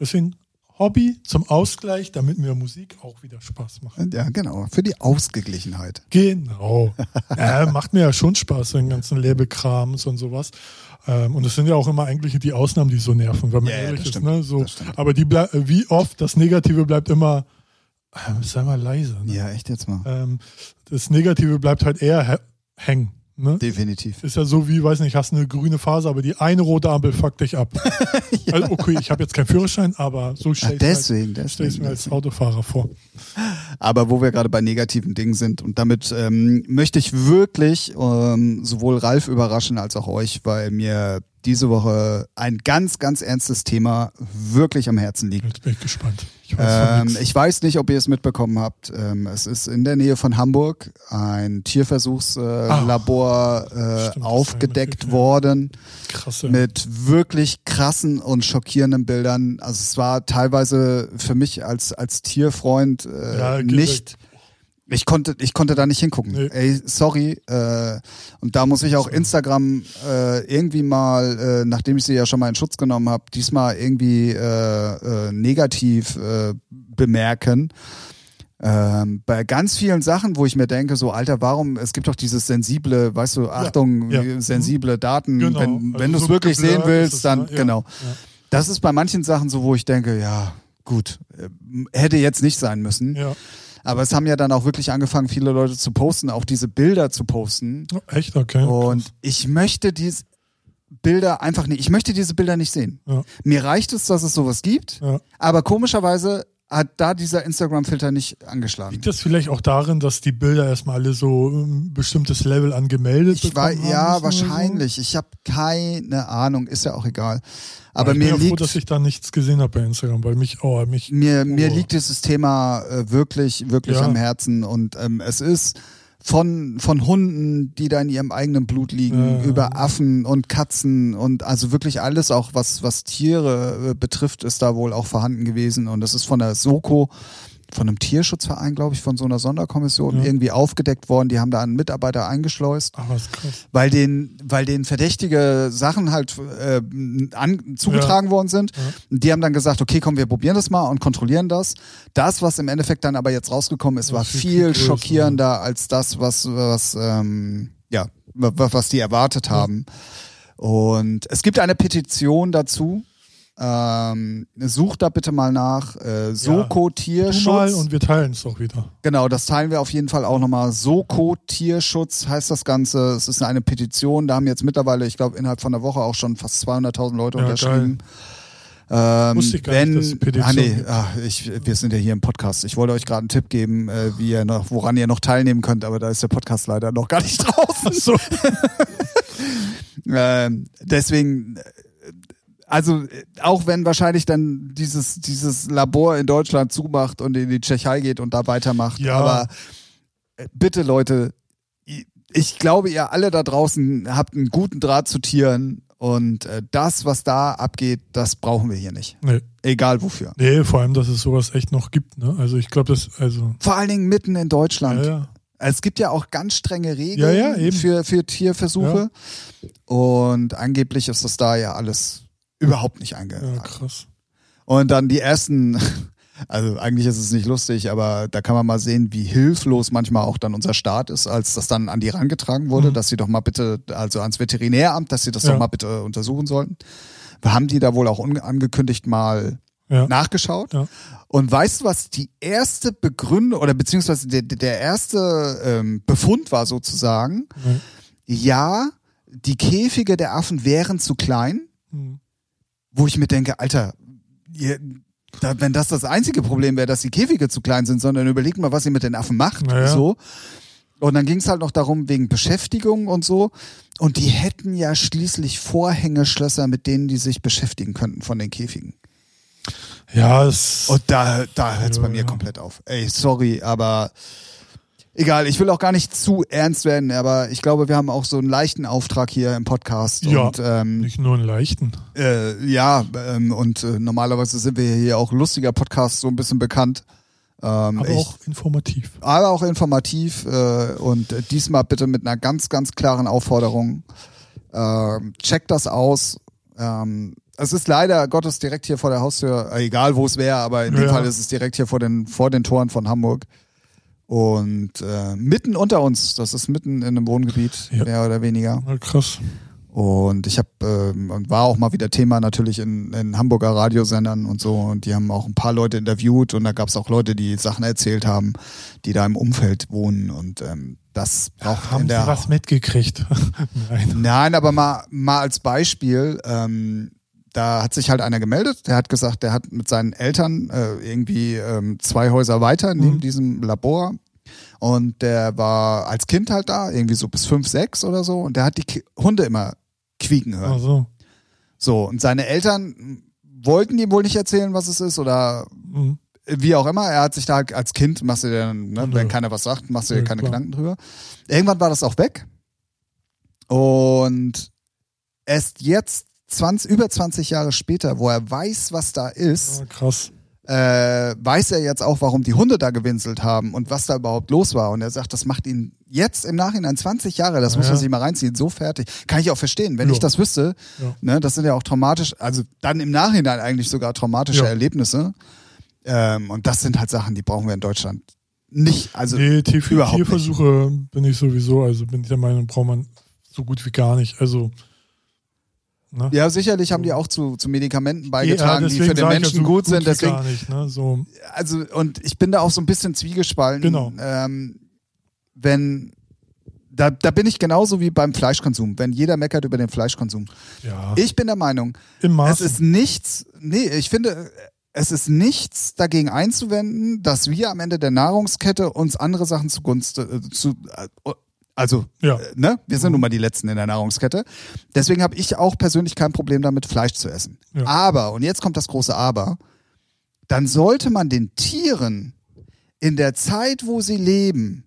Deswegen Hobby zum Ausgleich, damit mir Musik auch wieder Spaß macht.
Ja, genau. Für die Ausgeglichenheit. [laughs]
Genau. ja, macht mir ja schon Spaß, so den ganzen Labelkrams und sowas. Ähm, und es sind ja auch immer eigentlich die Ausnahmen, die so nerven, wenn man
Ja, ja,
ehrlich
das
ist.
stimmt.
Ne? So,
Das stimmt.
aber die blei- wie oft das Negative bleibt immer, äh, sei mal leise. Ne?
Ja, echt jetzt mal.
Ähm, das Negative bleibt halt eher hä- hängen. Ne?
Definitiv.
Ist ja so wie, weiß nicht, hast eine grüne Phase, aber die eine rote Ampel fuckt dich
[laughs]
ab. also, okay, ich habe jetzt keinen Führerschein, aber so
Ach,
stelle ich
deswegen,
es mir
deswegen.
als Autofahrer vor.
Aber wo wir gerade bei negativen Dingen sind und damit ähm, möchte ich wirklich ähm, sowohl Ralf überraschen als auch euch, weil mir diese Woche ein ganz, ganz ernstes Thema wirklich am Herzen liegt.
Jetzt bin ich gespannt. Ich weiß von
Ähm,
nix.
ich weiß nicht, ob ihr es mitbekommen habt. Ähm, es ist in der Nähe von Hamburg ein Tierversuchslabor äh,
Ah.
Labor, äh,
Stimmt, das hab ich
aufgedeckt
mitgekriegt.
worden
Krasse.
mit wirklich krassen und schockierenden Bildern. Also es war teilweise für mich als, als Tierfreund äh,
Ja, geht
nicht ich konnte, ich konnte da nicht hingucken.
Nee.
Ey, sorry. Äh, und da muss ich auch Instagram äh, irgendwie mal, äh, nachdem ich sie ja schon mal in Schutz genommen habe, diesmal irgendwie äh, äh, negativ äh, bemerken. Ähm, bei ganz vielen Sachen, wo ich mir denke, so Alter, warum? Es gibt doch dieses sensible, weißt du, Achtung, äh,
ja. Mhm.
sensible Daten.
Genau.
Wenn, wenn
Also
du es
so
wirklich sehen
geblurrt ist es,
willst, dann
ne? Ja.
genau.
Ja.
Das ist bei manchen Sachen so, wo ich denke, ja gut, äh, hätte jetzt nicht sein müssen.
Ja,
Aber es haben ja dann auch wirklich angefangen, viele Leute zu posten, auch diese Bilder zu posten.
Oh, echt, okay.
Und ich möchte diese Bilder einfach nicht, ich möchte diese Bilder nicht sehen.
Ja.
Mir reicht es, dass es sowas gibt,
Ja.
aber komischerweise hat da dieser Instagram-Filter nicht angeschlagen.
Liegt das vielleicht auch darin, dass die Bilder erstmal alle so ein bestimmtes Level angemeldet
Ich war,
bekommen haben
ja,
müssen oder so?
wahrscheinlich. Ich habe keine Ahnung, ist ja auch egal. Aber
ich
mir
bin ja froh,
liegt.
dass ich da nichts gesehen habe bei Instagram, weil mich, oh, mich,
Mir, mir
Oh.
liegt dieses Thema äh, wirklich, wirklich
Ja.
am Herzen und ähm, es ist von, von Hunden, die da in ihrem eigenen Blut liegen,
Ja.
über Affen und Katzen und also wirklich alles auch, was, was Tiere äh, betrifft, ist da wohl auch vorhanden gewesen. Und das ist von der Soko, von einem Tierschutzverein, glaube ich, von so einer Sonderkommission
Ja.
irgendwie aufgedeckt worden. Die haben da einen Mitarbeiter eingeschleust
Aber ist krass.
weil den, weil den verdächtige Sachen halt äh, an, zugetragen worden sind. Die haben dann gesagt, okay, komm, wir probieren das mal und kontrollieren das. Das, was im Endeffekt dann aber jetzt rausgekommen ist,
Ja,
war
viel,
viel,
viel größer.
schockierender als das, was, was, ähm, ja, wa- wa- was die erwartet haben. Und es gibt eine Petition dazu. Ähm, sucht da bitte mal nach. Äh,
Du
Soko
mal
Tierschutz.
und wir teilen es auch wieder.
Genau, das teilen wir auf jeden Fall auch nochmal. Soko Tierschutz heißt das Ganze. Es ist eine Petition. Da haben jetzt mittlerweile, ich glaube, innerhalb von einer Woche auch schon fast 200.000 Leute
Ja,
unterschrieben. Ähm,
Wusste ich gar
wenn,
nicht, dass es Petition
ah, nee,
gibt.
ah, ich, wir sind ja hier im Podcast. Ich wollte euch gerade einen Tipp geben, äh, wie ihr noch, woran ihr noch teilnehmen könnt, aber da ist der Podcast leider noch gar nicht [laughs] draußen.
So.
Ähm, deswegen, äh, also äh, auch wenn wahrscheinlich dann dieses, dieses Labor in Deutschland zumacht und in die Tschechei geht und da weitermacht,
Ja.
aber äh, bitte Leute, i- ich glaube, ihr alle da draußen habt einen guten Draht zu Tieren und äh, das, was da abgeht, das brauchen wir hier nicht.
Nee.
Egal wofür.
nee, vor allem, dass es sowas echt noch gibt. Ne? Also ich glaube, das, also,
Vor allen Dingen mitten in
ja,
Deutschland.
ja.
Es gibt ja auch ganz strenge Regeln
Ja, ja, eben.
für, für Tierversuche. Und angeblich ist das da ja alles überhaupt nicht
ja,
eingegangen.
krass.
Und dann die ersten, [laughs] also eigentlich ist es nicht lustig, aber da kann man mal sehen, wie hilflos manchmal auch dann unser Staat ist, als das dann an die rangetragen wurde, dass sie doch mal bitte, also ans Veterinäramt, dass sie das
Mhm. Ja.
doch mal bitte untersuchen sollten. Haben die da wohl auch angekündigt mal
Ja.
nachgeschaut?
Ja.
Und weißt du, was die erste Begründung oder beziehungsweise der, der erste ähm, Befund war sozusagen?
Nee.
Ja, die Käfige der Affen wären zu klein
Hm.
wo ich mir denke, Alter, ihr, da, wenn das das einzige Problem wäre, dass die Käfige zu klein sind, sondern überlegt mal, was ihr mit den Affen macht.
Naja.
So. Und dann ging es halt noch darum, wegen Beschäftigung und so. Und die hätten ja schließlich Vorhängeschlösser, mit denen die sich beschäftigen könnten von den Käfigen.
Ja, es.
Und da, da hört es bei
Ja,
mir
ja.
komplett auf. Ey, sorry, aber egal, ich will auch gar nicht zu ernst werden, aber ich glaube, wir haben auch so einen leichten Auftrag hier im Podcast.
Ja.
Und, ähm,
Nicht nur einen leichten.
äh, ja, ähm, und äh, normalerweise sind wir hier auch lustiger Podcast, so ein bisschen bekannt. Ähm,
Aber
ich,
auch informativ.
aber auch informativ äh, und äh, diesmal bitte mit einer ganz, ganz klaren Aufforderung. Ähm, checkt das aus. Ähm, es ist leider Gottes direkt hier vor der Haustür, äh, egal wo es wäre, aber in dem
Ja.
Fall ist es direkt hier vor den, vor den Toren von Hamburg. Und äh, mitten unter uns, das ist mitten in einem Wohngebiet,
Ja.
mehr oder weniger.
Ja, krass.
Und ich habe ähm, und war auch mal wieder Thema natürlich in, in Hamburger Radiosendern und so. Und die haben auch ein paar Leute interviewt und da gab es auch Leute, die Sachen erzählt haben, die da im Umfeld wohnen. Und ähm, das braucht
Haben
in
Sie
der
was mitgekriegt? [laughs] Nein.
Nein, aber mal, mal als Beispiel, ähm, da hat sich halt einer gemeldet, der hat gesagt, der hat mit seinen Eltern äh, irgendwie ähm, zwei Häuser weiter neben
Mhm.
diesem Labor. Und der war als Kind halt da, irgendwie so bis fünf, sechs oder so. Und der hat die Ki Hunde immer quieken hören.
Ach so.
So, und seine Eltern wollten ihm wohl nicht erzählen, was es ist oder
Hm.
wie auch immer. Er hat sich da halt als Kind, machst du dir dann, ne,
Nö.
wenn keiner was sagt, machst du dir
Nö,
keine
klar.
Gedanken drüber. Irgendwann war das auch weg. Und erst jetzt, 20, über 20 Jahre später, wo er weiß, was da ist,
Ja, krass.
äh, weiß er jetzt auch, warum die Hunde da gewinselt haben und was da überhaupt los war. Und er sagt, das macht ihn jetzt im Nachhinein 20 Jahre, das muss
Ja.
man sich mal reinziehen, so fertig. Kann ich auch verstehen, wenn
Ja.
ich das wüsste,
Ja.
ne, das sind ja auch traumatisch, also dann im Nachhinein eigentlich sogar traumatische
Ja.
Erlebnisse. Ähm, und das sind halt Sachen, die brauchen wir in Deutschland nicht. Also
nee, Tier
überhaupt nicht.
Tierversuche bin ich sowieso, also bin ich der Meinung, braucht man so gut wie gar nicht. Also, ne?
ja, sicherlich haben die auch zu, zu Medikamenten beigetragen, die
deswegen
für den
sag ich ja,
Menschen
so
gut sind.
wie
Deswegen,
Gar nicht, ne? so,
also, und ich bin da auch so ein bisschen zwiegespalten.
Genau.
Ähm, wenn, da, da bin ich genauso wie beim Fleischkonsum, wenn jeder meckert über den Fleischkonsum.
ja,
Ich bin der Meinung,
im
Äh, es
Maß.
ist nichts, nee, ich finde, es ist nichts dagegen einzuwenden, dass wir am Ende der Nahrungskette uns andere Sachen zugunsten, äh, zu, äh, also
ja,
äh, ne? Wir sind nun mal die Letzten in der Nahrungskette. Deswegen habe ich auch persönlich kein Problem damit, Fleisch zu essen.
Ja.
Aber, und jetzt kommt das große Aber, dann sollte man den Tieren in der Zeit, wo sie leben,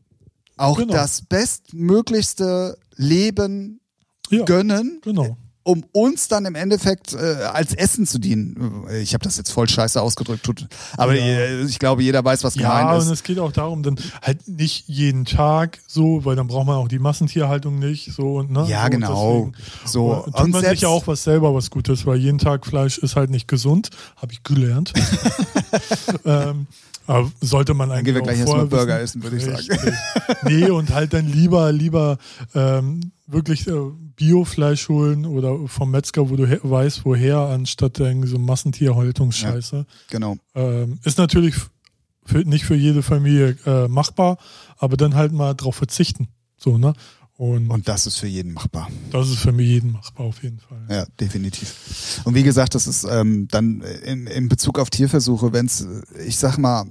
auch
Genau.
das bestmöglichste Leben
Ja,
gönnen,
genau.
um uns dann im Endeffekt äh, als Essen zu dienen. Ich habe das jetzt voll scheiße ausgedrückt, tut, aber
Ja.
äh, ich glaube, jeder weiß, was
Ja,
gemeint
und
ist.
es geht auch darum, dann halt nicht jeden Tag so, weil dann braucht man auch die Massentierhaltung nicht so und ne.
Ja,
so,
genau.
Deswegen,
So,
Und tut man sich ja auch was selber was Gutes, weil jeden Tag Fleisch ist halt nicht gesund, habe ich
[laughs]
gelernt. ähm, aber sollte man
gehen
eigentlich
wir
auch
gleich
vorher
erstmal Burger
wissen.
essen, würde ich sagen.
Richtig. Nee, und halt dann lieber, lieber ähm, wirklich äh, Bio-Fleisch holen oder vom Metzger, wo du her weißt, woher, anstatt irgendwie so Massentierhaltungsscheiße.
genau.
Ähm, ist natürlich f- für, nicht für jede Familie äh, machbar, aber dann halt mal drauf verzichten. So, ne? Und,
Und das ist für jeden machbar.
das ist für mich jeden machbar auf jeden Fall.
Ja, definitiv. Und wie gesagt, das ist ähm, dann in, in Bezug auf Tierversuche, wenn's, äh, ich sag mal,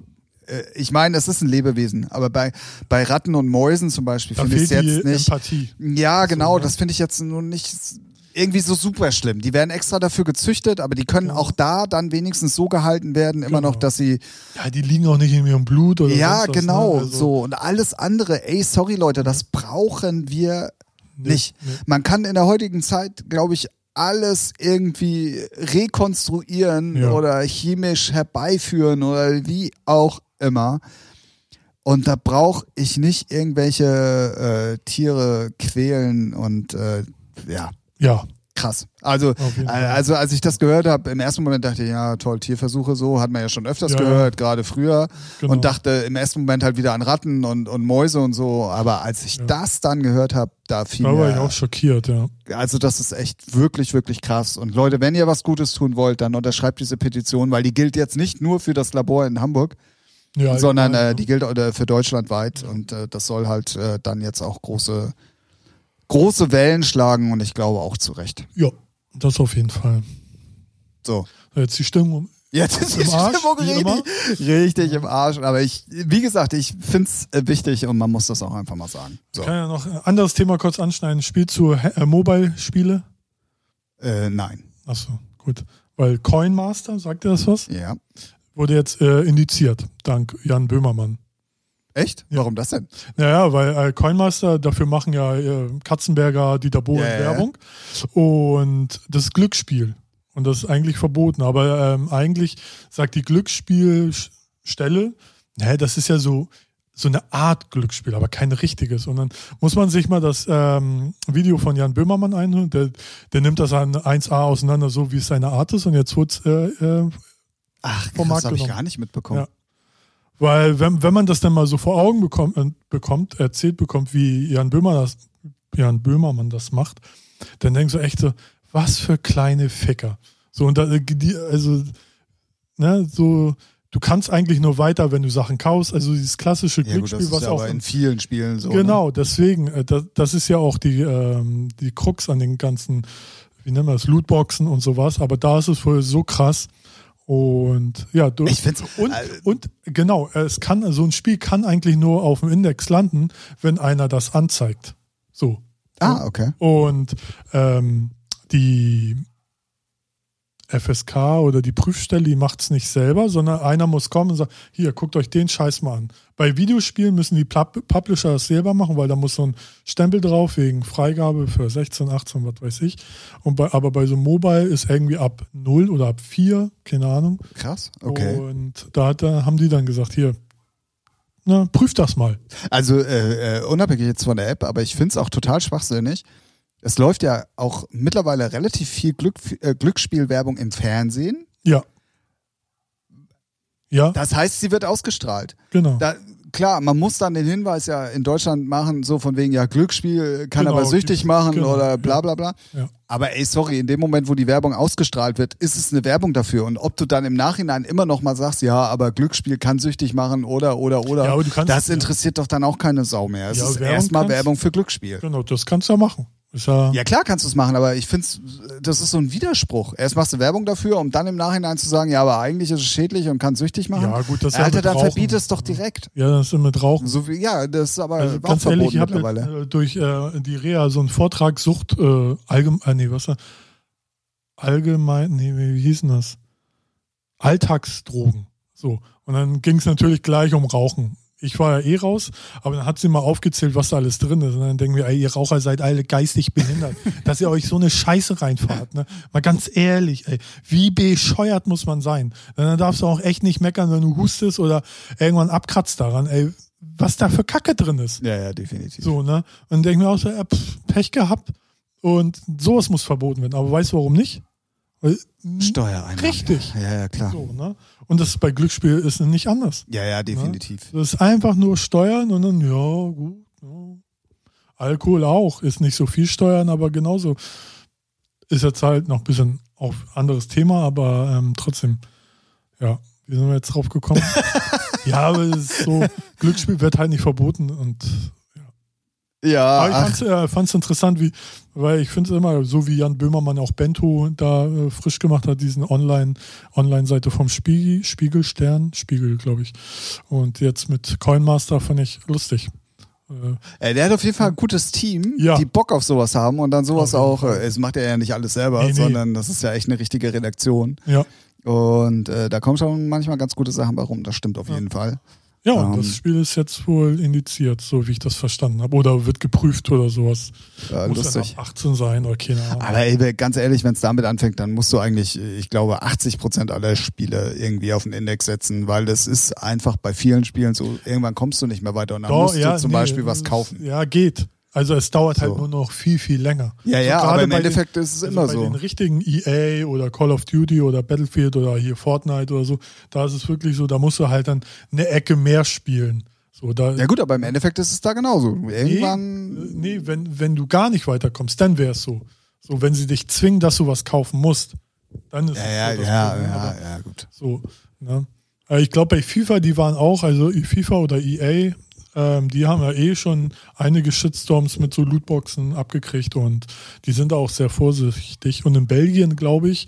äh, ich meine, es ist ein Lebewesen, aber bei, bei Ratten und Mäusen zum Beispiel
Da
finde ich
fehlt
es
die
jetzt nicht.
Empathie.
Ja, genau,
ne?
das finde ich jetzt nun nicht s- irgendwie so super schlimm. Die werden extra dafür gezüchtet, aber die können
Genau.
auch da dann wenigstens so gehalten werden, immer noch,
Genau.
dass sie
Ja, die liegen auch nicht in ihrem Blut oder
Ja,
sonst was,
genau,
ne? Also, Mhm.
so. Und alles andere, ey, sorry Leute, das brauchen wir nicht. Man kann in der heutigen Zeit, glaube ich, alles irgendwie rekonstruieren
Ja.
oder chemisch herbeiführen oder wie auch immer. Und da brauche ich nicht irgendwelche äh, Tiere quälen und äh, ja,
Ja,
krass. Also,
Auf jeden Fall.
also als ich das gehört habe, im ersten Moment dachte ich, ja, toll, Tierversuche so, hat man ja schon öfters
Ja,
gehört, gerade früher.
Genau.
Und dachte im ersten Moment halt wieder an Ratten und, und Mäuse und so. Aber als ich das dann gehört habe, da fiel
da war ich
mir,
auch schockiert, ja.
also das ist echt wirklich, wirklich krass. Und Leute, wenn ihr was Gutes tun wollt, dann unterschreibt diese Petition, weil die gilt jetzt nicht nur für das Labor in Hamburg,
ja
sondern
allgemein,
äh,
ne?
die gilt äh, für deutschlandweit. Und äh, das soll halt äh, dann jetzt auch große, große Wellen schlagen und ich glaube auch zu Recht.
Ja, das auf jeden Fall.
So.
Jetzt die Stimmung. um-
Jetzt ist die
Im Arsch,
Stimmung
wie immer.
richtig, richtig im Arsch. Aber ich, wie gesagt, ich finde es wichtig und man muss das auch einfach mal sagen. So.
Ich kann ja noch ein anderes Thema kurz anschneiden. Spiel zu äh, Mobile-Spiele.
Äh, nein.
Achso, gut. Weil Coinmaster, sagt ihr das was?
Ja.
Wurde jetzt äh, indiziert, dank Jan Böhmermann.
Echt?
Ja.
Warum das denn?
Naja, weil äh, Coinmaster, dafür machen ja äh, Katzenberger, Dieter Bohlen
Ja, ja, ja.
Werbung. Und das ist Glücksspiel. Und das ist eigentlich verboten. Aber ähm, eigentlich sagt die Glücksspielstelle, hä, das ist ja so, so eine Art Glücksspiel, aber kein richtiges. Und dann muss man sich mal das ähm, Video von Jan Böhmermann einholen. Der, der nimmt das an 1a auseinander, so wie es seine Art ist. Und jetzt wird's äh, äh,
Ach,
Vom
das
Markt
habe ich
genommen.
gar nicht mitbekommen.
Ja. Weil wenn, wenn man das dann mal so vor Augen bekommt, äh, bekommt erzählt bekommt, wie Jan, Böhmer das, Jan Böhmermann das macht, dann denkst du echt so, was für kleine Ficker. So, und da, äh, die, also, ne, so, du kannst eigentlich nur weiter, wenn du Sachen kaufst. Also dieses klassische
Ja, gut, das
Glücksspiel,
ist
was
ja
auch
aber in vielen Spielen so. ne?
Genau, deswegen, äh, das, das ist ja auch die, ähm, die Krux an den ganzen, wie nennen wir das, Lootboxen und sowas, aber da ist es wohl so krass. Und ja, du,
Ich find's-
und,
äh,
und genau, es kann, so ein Spiel kann eigentlich nur auf dem Index landen, wenn einer das anzeigt. So.
Ne? Ah, okay.
Und ähm, die FSK oder die Prüfstelle, die macht es nicht selber, sondern einer muss kommen und sagen, hier, guckt euch den Scheiß mal an. Bei Videospielen müssen die Pub- Publisher das selber machen, weil da muss so ein Stempel drauf wegen Freigabe für 16, 18, was weiß ich. Und bei, aber bei so Mobile ist irgendwie ab 0 oder ab 4, keine Ahnung.
Krass. Okay.
Und da, hat, da haben die dann gesagt, hier, na, prüft das mal.
Also äh, äh, unabhängig jetzt von der App, aber ich finde es auch total schwachsinnig. Es läuft ja auch mittlerweile relativ viel Glück, äh, Glücksspielwerbung im Fernsehen.
Ja. Ja,
Das heißt, sie wird ausgestrahlt.
genau.
Da, klar, man muss dann den Hinweis ja in Deutschland machen, so von wegen, ja, Glücksspiel kann
Genau,
aber süchtig
gibt's-
machen
genau,
oder bla
ja.
bla bla.
Ja.
Aber ey, sorry, in dem Moment, wo die Werbung ausgestrahlt wird, ist es eine Werbung dafür. Und ob du dann im Nachhinein immer noch mal sagst, ja, aber Glücksspiel kann süchtig machen oder, oder, oder,
Ja, aber du kannst-
das interessiert doch dann auch keine Sau mehr. Es
Ja,
ist
Werbung
erstmal
kannst-
Werbung für Glücksspiel.
Genau, das kannst du ja machen. Ist ja,
Ja klar kannst du es machen, aber ich finde, das ist so ein Widerspruch. Erst machst du Werbung dafür, um dann im Nachhinein zu sagen, ja, aber eigentlich ist es schädlich und kann süchtig machen.
Ja, gut, das ist ja
Alter,
mit
dann
Rauchen.
verbiet es doch direkt.
ja, das ist mit Rauchen.
So wie, ja, das ist aber
Also
auch
ganz
verboten
ehrlich, ich habe
mittlerweile.
äh, durch äh, die Reha so einen Vortrag Sucht äh, allgemein, äh, nee, was war- allgemein, nee, wie hieß denn das? Alltagsdrogen. So. Und dann ging es natürlich gleich um Rauchen. ich war ja eh raus, aber dann hat sie mal aufgezählt, was da alles drin ist. Und dann denken wir, ey, ihr Raucher seid alle geistig behindert, dass ihr euch so eine Scheiße reinfahrt. Ne? Mal ganz ehrlich, ey, wie bescheuert muss man sein? Dann darfst du auch echt nicht meckern, wenn du hustest oder irgendwann abkratzt daran, ey, was da für Kacke drin ist.
Ja, ja, definitiv.
So, ne? Und dann denken wir auch so, ja, pff, Pech gehabt. Und sowas muss verboten werden. Aber weißt du, warum nicht? Weil, hm,
Steuereinnahmen.
Richtig.
Ja, ja, klar.
So, ne? Und das ist bei Glücksspiel ist nicht anders.
Ja, ja, definitiv.
Das ist einfach nur Steuern und dann, ja, gut. Ja. Alkohol auch, ist nicht so viel Steuern, aber genauso. Ist jetzt halt noch ein bisschen auch anderes Thema, aber ähm, trotzdem, ja, wie sind wir jetzt drauf gekommen? ja, aber es ist so, Glücksspiel wird halt nicht verboten und aber ich
Ja,
fand's, äh, fand's interessant, wie, weil ich finde es immer, so wie Jan Böhmermann auch Bento da äh, frisch gemacht hat, diesen Online, Online-Seite vom Spiegel, Spiegelstern, Spiegel, glaube ich. Und jetzt mit Coinmaster fand ich lustig. Äh,
Äh, der hat auf jeden Fall ein gutes Team,
Ja.
die Bock auf sowas haben und dann sowas
Auf
auch, äh, es macht er ja nicht alles selber,
Nee, nee.
sondern das ist ja echt eine richtige Redaktion.
ja.
Und äh, da kommen schon manchmal ganz gute Sachen bei rum, das stimmt auf jeden Fall.
Ja, und
Ähm.
das Spiel ist jetzt wohl indiziert, so wie ich das verstanden habe. Oder wird geprüft oder sowas.
Ja,
Muss dann
Äh, lustig. Ah,
ab 18 sein oder keine Ahnung.
Aber ey, ganz ehrlich, wenn es damit anfängt, dann musst du eigentlich, äh, ich glaube, 80 Prozent aller Spiele irgendwie auf den Index setzen, weil das ist einfach bei vielen Spielen so, irgendwann kommst du nicht mehr weiter und dann
Doch,
musst du zum
nee,
Beispiel was
es-
kaufen.
Ja, geht. Also es dauert halt
So.
nur noch viel, viel länger.
Ja,
So
ja,
gerade
aber im
bei den- also
Endeffekt ist es immer
bei
so.
den richtigen EA oder Call of Duty oder Battlefield oder hier Fortnite oder so, da ist es wirklich so, da musst du halt dann eine Ecke mehr spielen. So, da,
Ja gut, aber im Endeffekt ist es da genauso.
nee,
Irgendwann,
äh, nee, wenn, wenn du gar nicht weiterkommst, dann wäre es so. So, wenn sie dich zwingen, dass du was kaufen musst, dann ist
ja,
es
ja,
so.
ja,
das Problem. Aber
ja, ja, gut.
so, ne? Äh, Ich glaube, bei FIFA, die waren auch, also FIFA oder EA, ähm, die haben ja eh schon einige Shitstorms mit so Lootboxen abgekriegt und die sind auch sehr vorsichtig. Und in Belgien, glaube ich,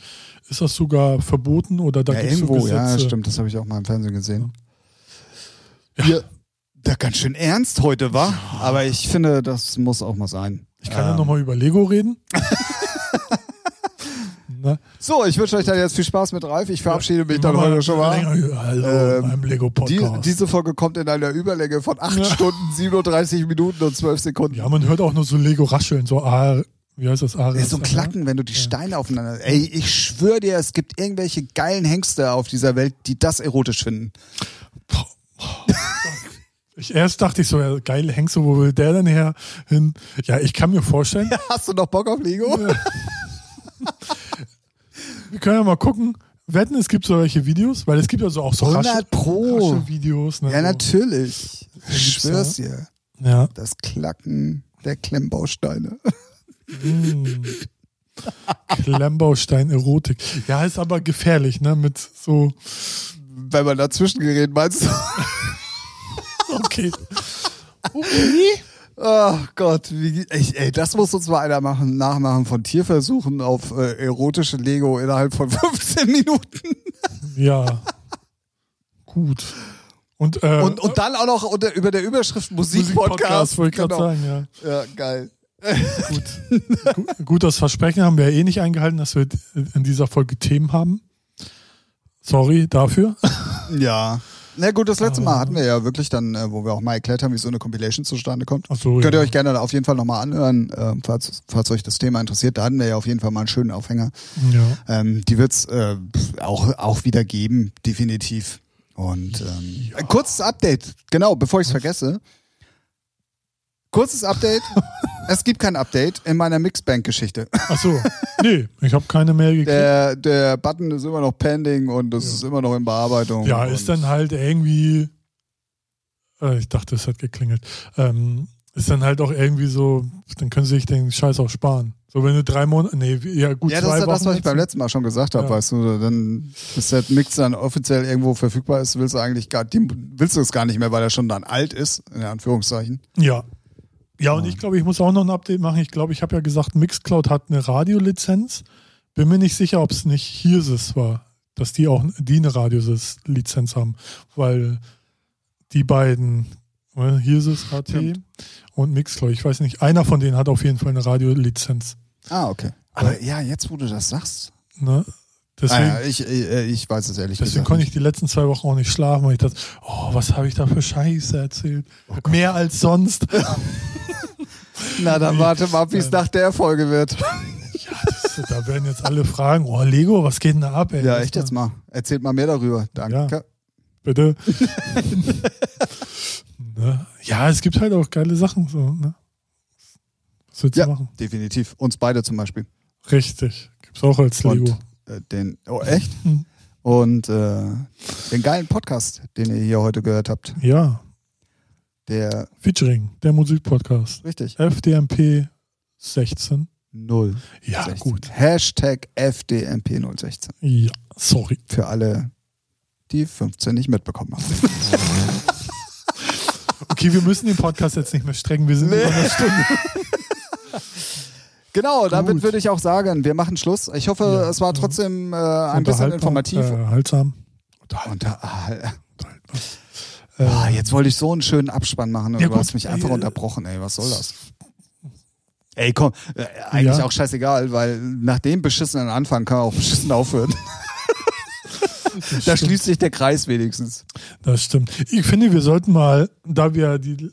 ist das sogar verboten oder da
ja,
gibt es so
irgendwo,
Gesetze.
ja, stimmt, das habe ich auch mal im Fernsehen gesehen.
Ja.
Ja, da ganz schön ernst heute, war. Aber ich finde, das muss auch mal sein. Ähm,
Ich kann ja nochmal über Lego
[laughs]
reden. ne?
So, ich wünsche euch da jetzt viel Spaß mit Ralf. Ich verabschiede mich dann
Mach
heute schon mal.
länger- Hallo,
Ähm,
beim
Die,
Lego-Podcast.
diese Folge kommt in einer Überlänge von 8
Ja.
Stunden, 37 Minuten und 12 Sekunden.
Ja, man hört auch nur so Lego rascheln, so A, wie heißt das? A,
Ey, so ein
ne?
Klacken, wenn du die Steine aufeinander. Ey, ich schwöre dir, es gibt irgendwelche geilen Hengste auf dieser Welt, die das erotisch finden.
Ich erst dachte ich so, ja, geil, Hengste, wo will der denn her hin? Ja, ich kann mir
[laughs]
vorstellen,
Hast du noch Bock auf Lego?
wir können ja mal gucken, wetten, es gibt so welche Videos, weil es gibt ja so auch so
100 Pro.
Videos. Ne,
Ja,
so.
natürlich. Ich
gibt's da?
schwör's dir.
Ja.
Das Klacken der Klemmbausteine.
Mm. Klemmbaustein Erotik. Ja, ist aber gefährlich, ne, mit so,
Wenn man dazwischen gerät, meinst du?
okay. okay.
Ach Gott, wie, ey, ey, das muss uns mal einer machen, nachmachen von Tierversuchen auf äh, erotische Lego innerhalb von [laughs] 15 Minuten.
Ja. Gut. Und, äh,
Und, und dann auch noch unter, über der Überschrift Musikpodcast. genau.
wollte ich gerade sagen, ja.
Ja, geil.
Gut. Gu- Gut, das Versprechen haben wir ja eh nicht eingehalten, dass wir in dieser Folge Themen haben. Sorry dafür.
Ja. Na gut, das
Ah.
letzte Mal hatten wir ja wirklich dann, äh, wo wir auch mal erklärt haben, wie so eine Compilation zustande kommt.
Ach so,
Könnt ihr
ja.
euch gerne auf jeden Fall nochmal anhören, äh, falls, falls euch das Thema interessiert. Da hatten wir ja auf jeden Fall mal einen schönen Aufhänger.
Ja.
Ähm, die wird's äh, auch, auch wieder geben, definitiv. Und ähm, ein kurzes Update, genau, bevor ich's vergesse.
[laughs]
Kurzes Update. es gibt kein Update in meiner Mixbank-Geschichte.
Ach so. Nee, ich habe keine mehr gekriegt.
Der, der Button ist immer noch pending und es ist immer noch in Bearbeitung.
ja,
und
ist dann halt irgendwie. Äh, ich dachte, es hat geklingelt. Ähm, ist dann halt auch irgendwie so, dann können sie sich den Scheiß auch sparen. So, wenn du drei Monate. Nee, wie- ja, gut,
Ja, das
zwei
ist ja das,
Wochen
was ich
jetzt-
beim letzten Mal schon gesagt habe,
Ja.
weißt du, dann bis der Mix dann offiziell irgendwo verfügbar ist, willst du eigentlich gar, die, willst du es gar nicht mehr, weil er schon dann alt ist, in Anführungszeichen.
Ja. Ja, und ich glaube, ich muss auch noch ein Update machen. Ich glaube, ich habe ja gesagt, Mixcloud hat eine Radiolizenz. Bin mir nicht sicher, ob es nicht Hirsys war, dass die auch die eine Radiolizenz haben, weil die beiden, äh, Hirsys AT
Stimmt.
und Mixcloud, ich weiß nicht, einer von denen hat auf jeden Fall eine Radiolizenz.
Ah, okay. Aber ja, jetzt, wo du das sagst,
Ne? Deswegen,
Naja, ich, äh, ich weiß es ehrlich
deswegen
gesagt.
konnte ich die letzten zwei Wochen auch nicht schlafen, weil ich dachte, oh, was habe ich da für Scheiße erzählt?
Oh
Mehr als sonst.
nicht. Na, dann warte mal ab, wie
äh,
es nach der Folge wird.
Das, da werden jetzt alle fragen, oh Lego, was geht denn da ab? Ey?
Ja,
Das
echt
war-
jetzt mal. Erzählt mal mehr darüber. Danke. [laughs]
Bitte. ne? Ja, es gibt halt auch geile Sachen. So, ne? Was willst du
Ja,
machen?
definitiv. Uns beide zum Beispiel.
Richtig. Gibt's auch als Lego.
Und äh, den, oh echt?
Hm.
Und äh, den geilen Podcast, den ihr hier heute gehört habt.
Ja.
Der,
Featuring, der Musikpodcast.
richtig,
FDMP 16.
016.
Ja, gut.
Hashtag FDMP016.
Ja, sorry.
Für alle, die 15 nicht mitbekommen haben.
Okay, wir müssen den Podcast jetzt nicht mehr strecken. Wir sind über eine Stunde.
[laughs] Genau, damit
Gut.
würde ich auch sagen, wir machen Schluss. Ich hoffe,
Ja.
es war trotzdem äh, ein bisschen
Unterhaltbar,
informativ.
Äh, haltsam.
Und, ah,
Unterhaltbar.
ah,
Äh,
jetzt wollte ich so einen schönen Abspann machen und
Ja,
du
gut,
hast mich einfach
äh,
unterbrochen, ey. Was soll das? Ey, komm, äh, eigentlich
Ja.
auch scheißegal, weil nach dem beschissenen Anfang kann man auch beschissen aufhören. da
stimmt.
schließt sich der Kreis wenigstens.
Das stimmt. Ich finde, wir sollten mal, da wir die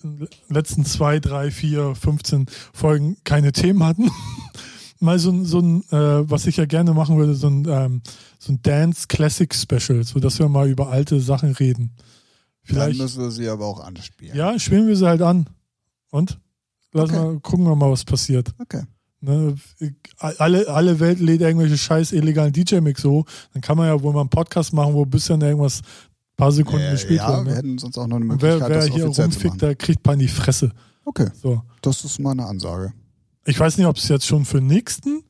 letzten zwei, drei, vier, 15 Folgen keine Themen hatten, [laughs] mal so, ein- so ein, äh, was ich ja gerne machen würde, so ein, ähm, so ein Dance Classic Special, so dass wir mal über alte Sachen reden. Vielleicht,
Dann müssen wir sie aber auch anspielen.
ja, spielen wir sie halt an. Und? Lass
Okay.
mal, gucken wir mal, was passiert.
Okay.
Ne, alle, alle Welt lädt irgendwelche scheiß illegalen DJ-Mix hoch. Dann kann man ja wohl mal einen Podcast machen, wo ein bisschen irgendwas ein paar Sekunden
Äh,
gespielt
ja,
wird. Ne?
wir hätten sonst auch noch eine
Und wer,
Möglichkeit,
wer
das
hier
offiziell zu
rumfickt,
machen.
der kriegt paar in die Fresse.
Okay,
So.
das ist mal eine Ansage.
Ich weiß nicht, ob es jetzt schon für den nächsten.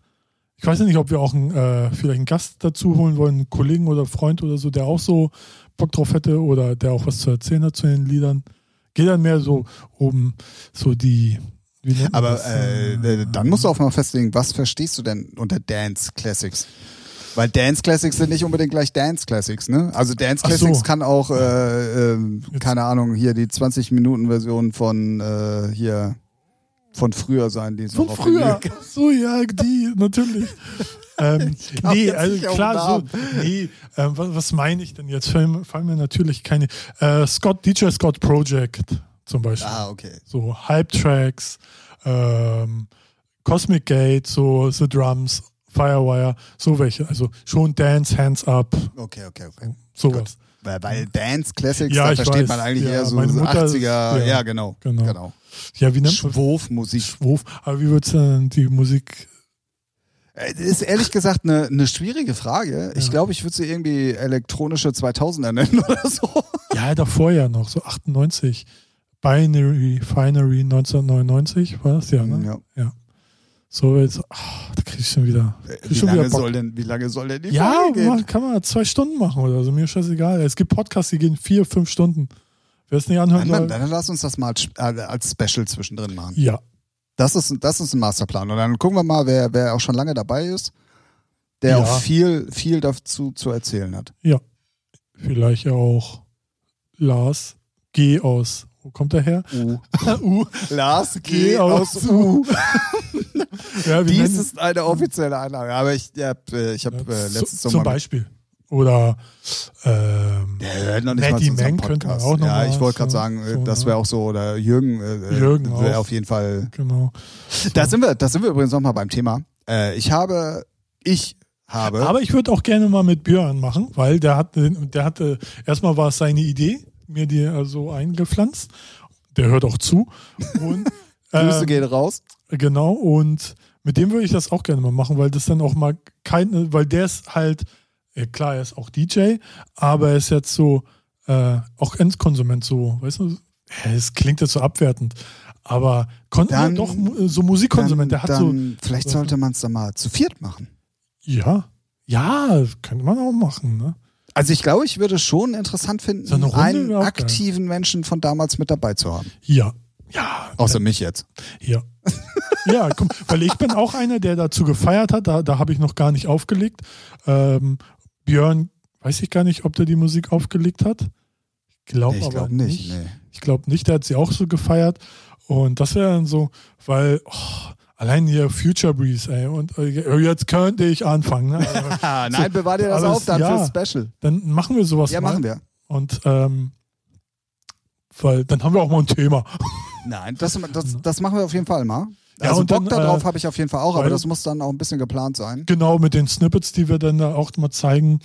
Ich weiß ja nicht, ob wir auch einen, äh, vielleicht einen Gast dazu holen wollen, einen Kollegen oder Freund oder so, der auch so Bock drauf hätte oder der auch was zu erzählen hat zu den Liedern. Geht dann mehr so um so die. Wie nennt man
Aber
das?
äh, äh, dann musst du auch mal festlegen, was verstehst du denn unter Dance Classics? Weil Dance Classics sind nicht unbedingt gleich Dance Classics, ne? Also Dance
Ach so.
Classics kann auch, äh, ähm,
Jetzt-
keine Ahnung, hier die 20-Minuten-Version von äh, hier von früher sein, die es
Von
noch auf
früher.
Vinyl-
Ach So, ja, die,
[laughs]
natürlich. ähm,
kam
nee,
jetzt
also
nicht auf den
klar,
um Namen.
so, nee, ähm, was, was meine ich denn jetzt? Fallen, fallen mir natürlich keine. Äh, Scott, DJ Scott Project zum Beispiel.
Ah, okay.
So Hype-Tracks, ähm, Cosmic Gate, so The Drums, Firewire, so welche. Also schon Dance, Hands Up,
Okay, okay, okay.
sowas.
Weil, weil Dance Classics,
Ja,
da
ich
versteht
weiß.
man eigentlich
Ja,
eher so
meine
so
Mutter ist-
80er, ja,
ja,
genau.
genau. Ne?
genau.
Ja, wie nennt man
Schwurfmusik.
Schwurf. Aber wie würdest du denn die Musik
Äh, Ist ehrlich gesagt eine, eine schwierige Frage. Ich
Ja.
glaube, ich würde sie irgendwie elektronische 2000er nennen [laughs] oder so.
Ja, davor ja noch, so 98. Binary Finery 1999 war das ja, ne?
Ja.
So jetzt, ah, da krieg ich schon wieder. krieg ich
Wie
schon
lange,
wieder Bock.
soll denn, wie lange soll denn die
ja,
Folge
man,
gehen?
kann man zwei Stunden machen oder so, mir scheißegal. Es gibt Podcasts, die gehen vier, fünf Stunden. Wer es nicht anhören
Nein, Mann,
soll.
dann lass uns das mal als, äh, als Special zwischendrin machen.
Ja,
Das ist, das ist ein Masterplan. Und dann gucken wir mal, wer, wer auch schon lange dabei ist,
Ja.
der auch viel, viel dazu zu erzählen hat.
vielleicht ja auch Lars G aus. Wo kommt er her? [laughs]
U.
uh,
Lars
G aus U. ja, wir
Dies
nennen-
ist eine offizielle Einlage. Aber ich habe äh, ich hab, äh,
Ja,
letztes
zu- Zum
Sommer.
Beispiel. Oder ähm,
Der hört noch nicht mal
Matty
zu unserem
Mann könnte man
Podcast.
auch noch
ja,
mal
ich wollte gerade
so-
sagen, äh,
so,
das
ne?
wäre auch so. Oder Jürgen, äh,
Jürgen
wäre
auch.
auf jeden Fall
genau.
Da sind wir, da sind wir übrigens nochmal beim Thema. Äh, ich habe, ich habe,
Aber ich würde auch gerne mal mit Björn machen, weil der hat, der hatte, erstmal war es seine Idee, mir die äh, so eingepflanzt. Der hört auch zu. Und,
[laughs] Grüße
ähm,
gehen raus.
Genau, und mit dem würde ich das auch gerne mal machen, weil das dann auch mal keine, weil der ist halt, ja klar, er ist auch DJ, aber er ist jetzt so, äh, auch Endkonsument so, weißt du, ja, es klingt jetzt so abwertend, aber kon
Dann-
doch mu- so Musikkonsument, der hat so,
dann, vielleicht
so-
sollte man es dann mal zu viert machen.
ja, ja, das könnte man auch machen, ne?
Also ich glaube, ich würde schon interessant finden,
So eine Runde
einen
wäre auch geil.
aktiven Menschen von damals mit dabei zu haben.
Ja, ja,
Außer mich jetzt.
Ja. [laughs] ja, komm, weil ich bin auch einer, der dazu gefeiert hat. Da, da habe ich noch gar nicht aufgelegt. Ähm, Björn, weiß ich gar nicht, ob der die Musik aufgelegt hat. Ich glaube
Nee, ich
aber
glaube
nicht.
nicht. Nee.
Ich glaube nicht, der hat sie auch so gefeiert. Und das wäre dann so, weil oh, Allein hier Future Breeze, ey. Und äh, jetzt könnte ich anfangen. Ne?
[laughs]
Aber
Ah, nein, bewahr dir das
alles-
auf, dann
ja.
fürs Special.
dann machen wir sowas
Ja,
mal.
machen wir.
Und ähm, weil dann haben wir auch mal ein Thema.
Nein, das, das, das machen wir auf jeden Fall mal.
Ja,
also
und
Bock
dann,
darauf
äh,
habe ich auf jeden Fall auch, aber
weil-
das muss dann auch ein bisschen geplant sein.
Genau, mit den Snippets, die wir dann da auch mal zeigen.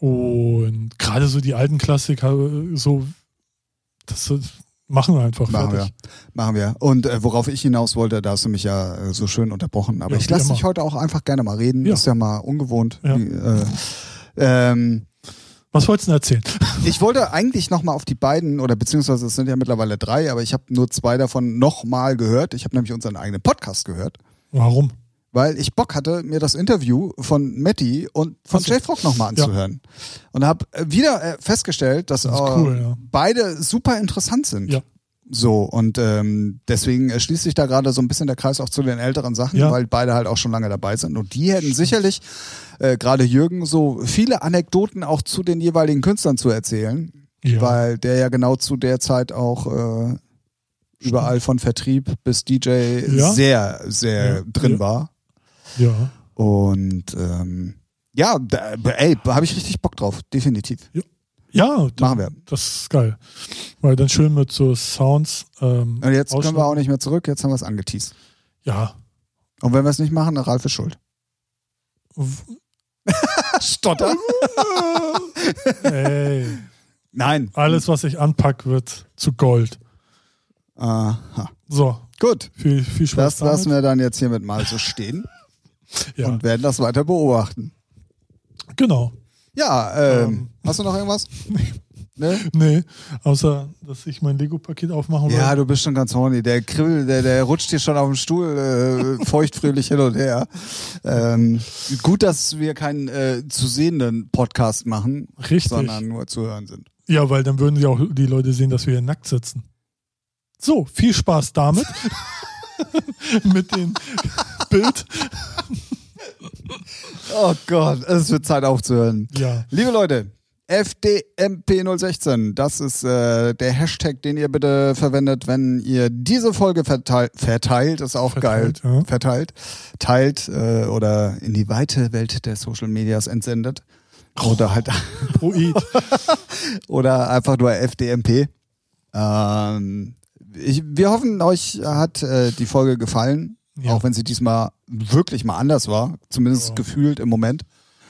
Und gerade so die alten Klassiker, äh, so, das äh, machen wir einfach
Machen wir.
fertig.
Machen wir. Und äh, worauf ich hinaus wollte, da hast du mich ja äh, so schön unterbrochen. Aber
Ja,
ich
wie
lasse dich
immer.
heute auch einfach gerne mal reden.
Ja.
Ist ja mal ungewohnt.
Ja.
Wie, äh, ähm,
Was wolltest du denn erzählen?
ich wollte eigentlich nochmal auf die beiden, oder beziehungsweise es sind ja mittlerweile drei, aber ich habe nur zwei davon nochmal gehört. Ich habe nämlich unseren eigenen Podcast gehört,
Warum?
weil ich Bock hatte, mir das Interview von Matti und von
Ach so.
Jay Frog nochmal
Ja.
anzuhören. Und habe wieder äh, festgestellt, dass
Das ist
äh,
cool, ja.
beide super interessant sind.
Ja.
So, und ähm, deswegen äh, schließt sich da gerade so ein bisschen der Kreis auch zu den älteren Sachen,
Ja.
weil beide halt auch schon lange dabei sind. Und die hätten sicherlich, äh, gerade Jürgen, so viele Anekdoten auch zu den jeweiligen Künstlern zu erzählen,
Ja.
weil der ja genau zu der Zeit auch äh, überall von Vertrieb bis DJ
Ja.
sehr, sehr
Ja.
drin
Ja.
war.
ja.
Und ähm, ja, da, ey, habe ich richtig Bock drauf, definitiv.
Ja, d-
Machen wir.
das ist geil. Weil dann schön mit so Sounds. Ähm,
Und jetzt können wir
Ausschnitt-
auch nicht mehr zurück, jetzt haben wir es angeteased. [laughs]
Ja.
Und wenn wir es nicht machen, dann Ralf ist schuld.
W-
Stotter.
[laughs] Ey.
Nein.
Alles, was ich anpack, wird zu Gold.
Aha.
So,
Gut.
viel, viel Spaß.
Das lassen
damit.
wir dann jetzt hiermit mal so stehen
[laughs] Ja,
und werden das weiter beobachten.
genau.
Ja, ähm,
Ähm.
hast du
[laughs]
noch irgendwas? ne?
Nee, außer, dass ich mein Lego-Paket aufmachen
Ja,
will.
du bist schon ganz horny. Der Kribbel, der, der rutscht hier schon auf dem Stuhl
[laughs]
äh, feuchtfröhlich hin und her. Ähm, gut, dass wir keinen äh, zu sehenden Podcast machen,
Richtig.
sondern nur zu hören sind.
Ja, weil dann würden ja auch die Leute sehen, dass wir hier nackt sitzen. So, viel Spaß damit. [laughs] Mit dem Bild.
Oh Gott, es wird Zeit aufzuhören.
Ja.
Liebe Leute, FDMP016, das ist äh, der Hashtag, den ihr bitte verwendet, wenn ihr diese Folge verteilt, verteilt ist auch
Verteilt,
geil,
ja.
verteilt, teilt äh, oder in die weite Welt der Social Medias entsendet. Oder halt
Poet.
oder einfach nur FDMP. Ähm, ich, wir hoffen, euch hat äh, die Folge gefallen,
Ja.
auch wenn sie diesmal wirklich mal anders war, zumindest
Ja.
gefühlt im Moment.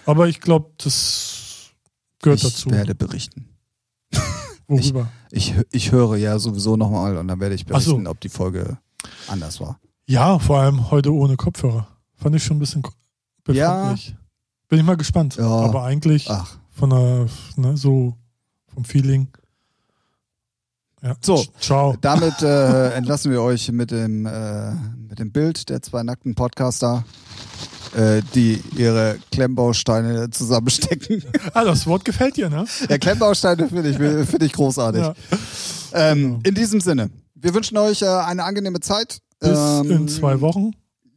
Aber ich glaube, das gehört
ich
dazu.
werde berichten.
Worüber?
Ich, ich höre ja sowieso nochmal und dann werde ich
Ach so.
berichten, ob die Folge anders war.
Ja, vor allem heute ohne Kopfhörer. Fand ich schon ein bisschen ko- befremdlich. Bin ich mal gespannt.
Ja. Ah.
Aber eigentlich
Ach.
von der, ne, so vom Feeling. Ja.
So.
Ciao.
Damit äh,
[laughs]
entlassen wir euch mit dem, äh, mit dem Bild der zwei nackten Podcaster, äh, die ihre
[laughs]
Klemmbausteine zusammenstecken.
Ah, das Wort gefällt dir, ne?
Ja, Klemmbausteine finde ich, finde ich großartig.
Ja. Genau.
Ähm, in diesem Sinne, wir wünschen euch äh, eine angenehme Zeit.
Bis
ähm,
in zwei Wochen.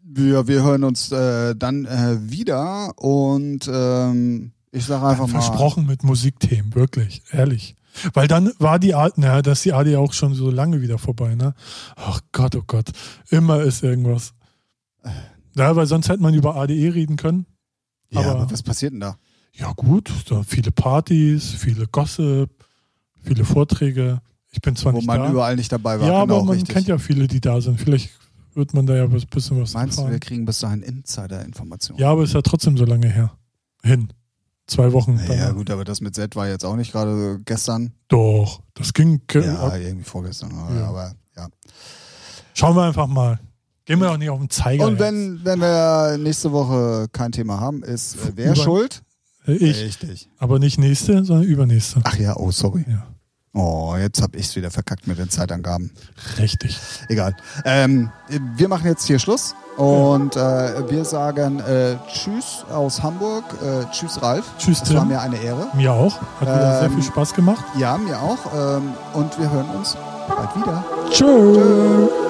Wir, wir hören uns äh, dann äh, wieder und ähm, ich sage einfach mal.
Versprochen mit Musikthemen, wirklich, ehrlich. Weil dann war die AD, naja, das ist die AD auch schon so lange wieder vorbei, ne? Ach Gott, oh Gott, immer ist irgendwas. Ja, weil sonst hätte man über ADE reden können.
Ja, aber,
aber-
was passiert denn da?
Ja gut, da viele Partys, viele Gossip, viele Vorträge. Ich bin zwar
Wo
nicht
man
da.
überall nicht dabei war.
ja,
genau,
aber man
richtig.
kennt ja viele, die da sind. Vielleicht wird man da ja ein bisschen was
Meinst du, wir
erfahren.
kriegen bis dahin Insider-Informationen?
Ja, aber ist ja trotzdem so lange her. Hin. Zwei Wochen.
Ja,
danach.
gut, aber das mit Z war jetzt auch nicht gerade gestern.
Doch, das ging.
Ja, irgendwie vorgestern. aber-
Ja.
Aber ja.
Schauen wir einfach mal. Gehen wir auch nicht auf den Zeiger.
Und wenn, wenn wir nächste Woche kein Thema haben, ist äh, wer
Über-
schuld?
jetzt. Äh, Ich,
Richtig.
aber nicht nächste, sondern übernächste.
Ach ja, oh, sorry.
Ja,
Oh, jetzt hab ich's wieder verkackt mit den Zeitangaben.
richtig.
Egal. Ähm, wir machen jetzt hier Schluss und äh, wir sagen äh, Tschüss aus Hamburg. Äh, tschüss, Ralf.
Tschüss,
Es war
Tim.
mir eine Ehre.
Mir auch. Hat wieder sehr
Ähm,
viel Spaß gemacht.
Ja, mir auch. Ähm, und wir hören uns bald wieder.
Tschüss.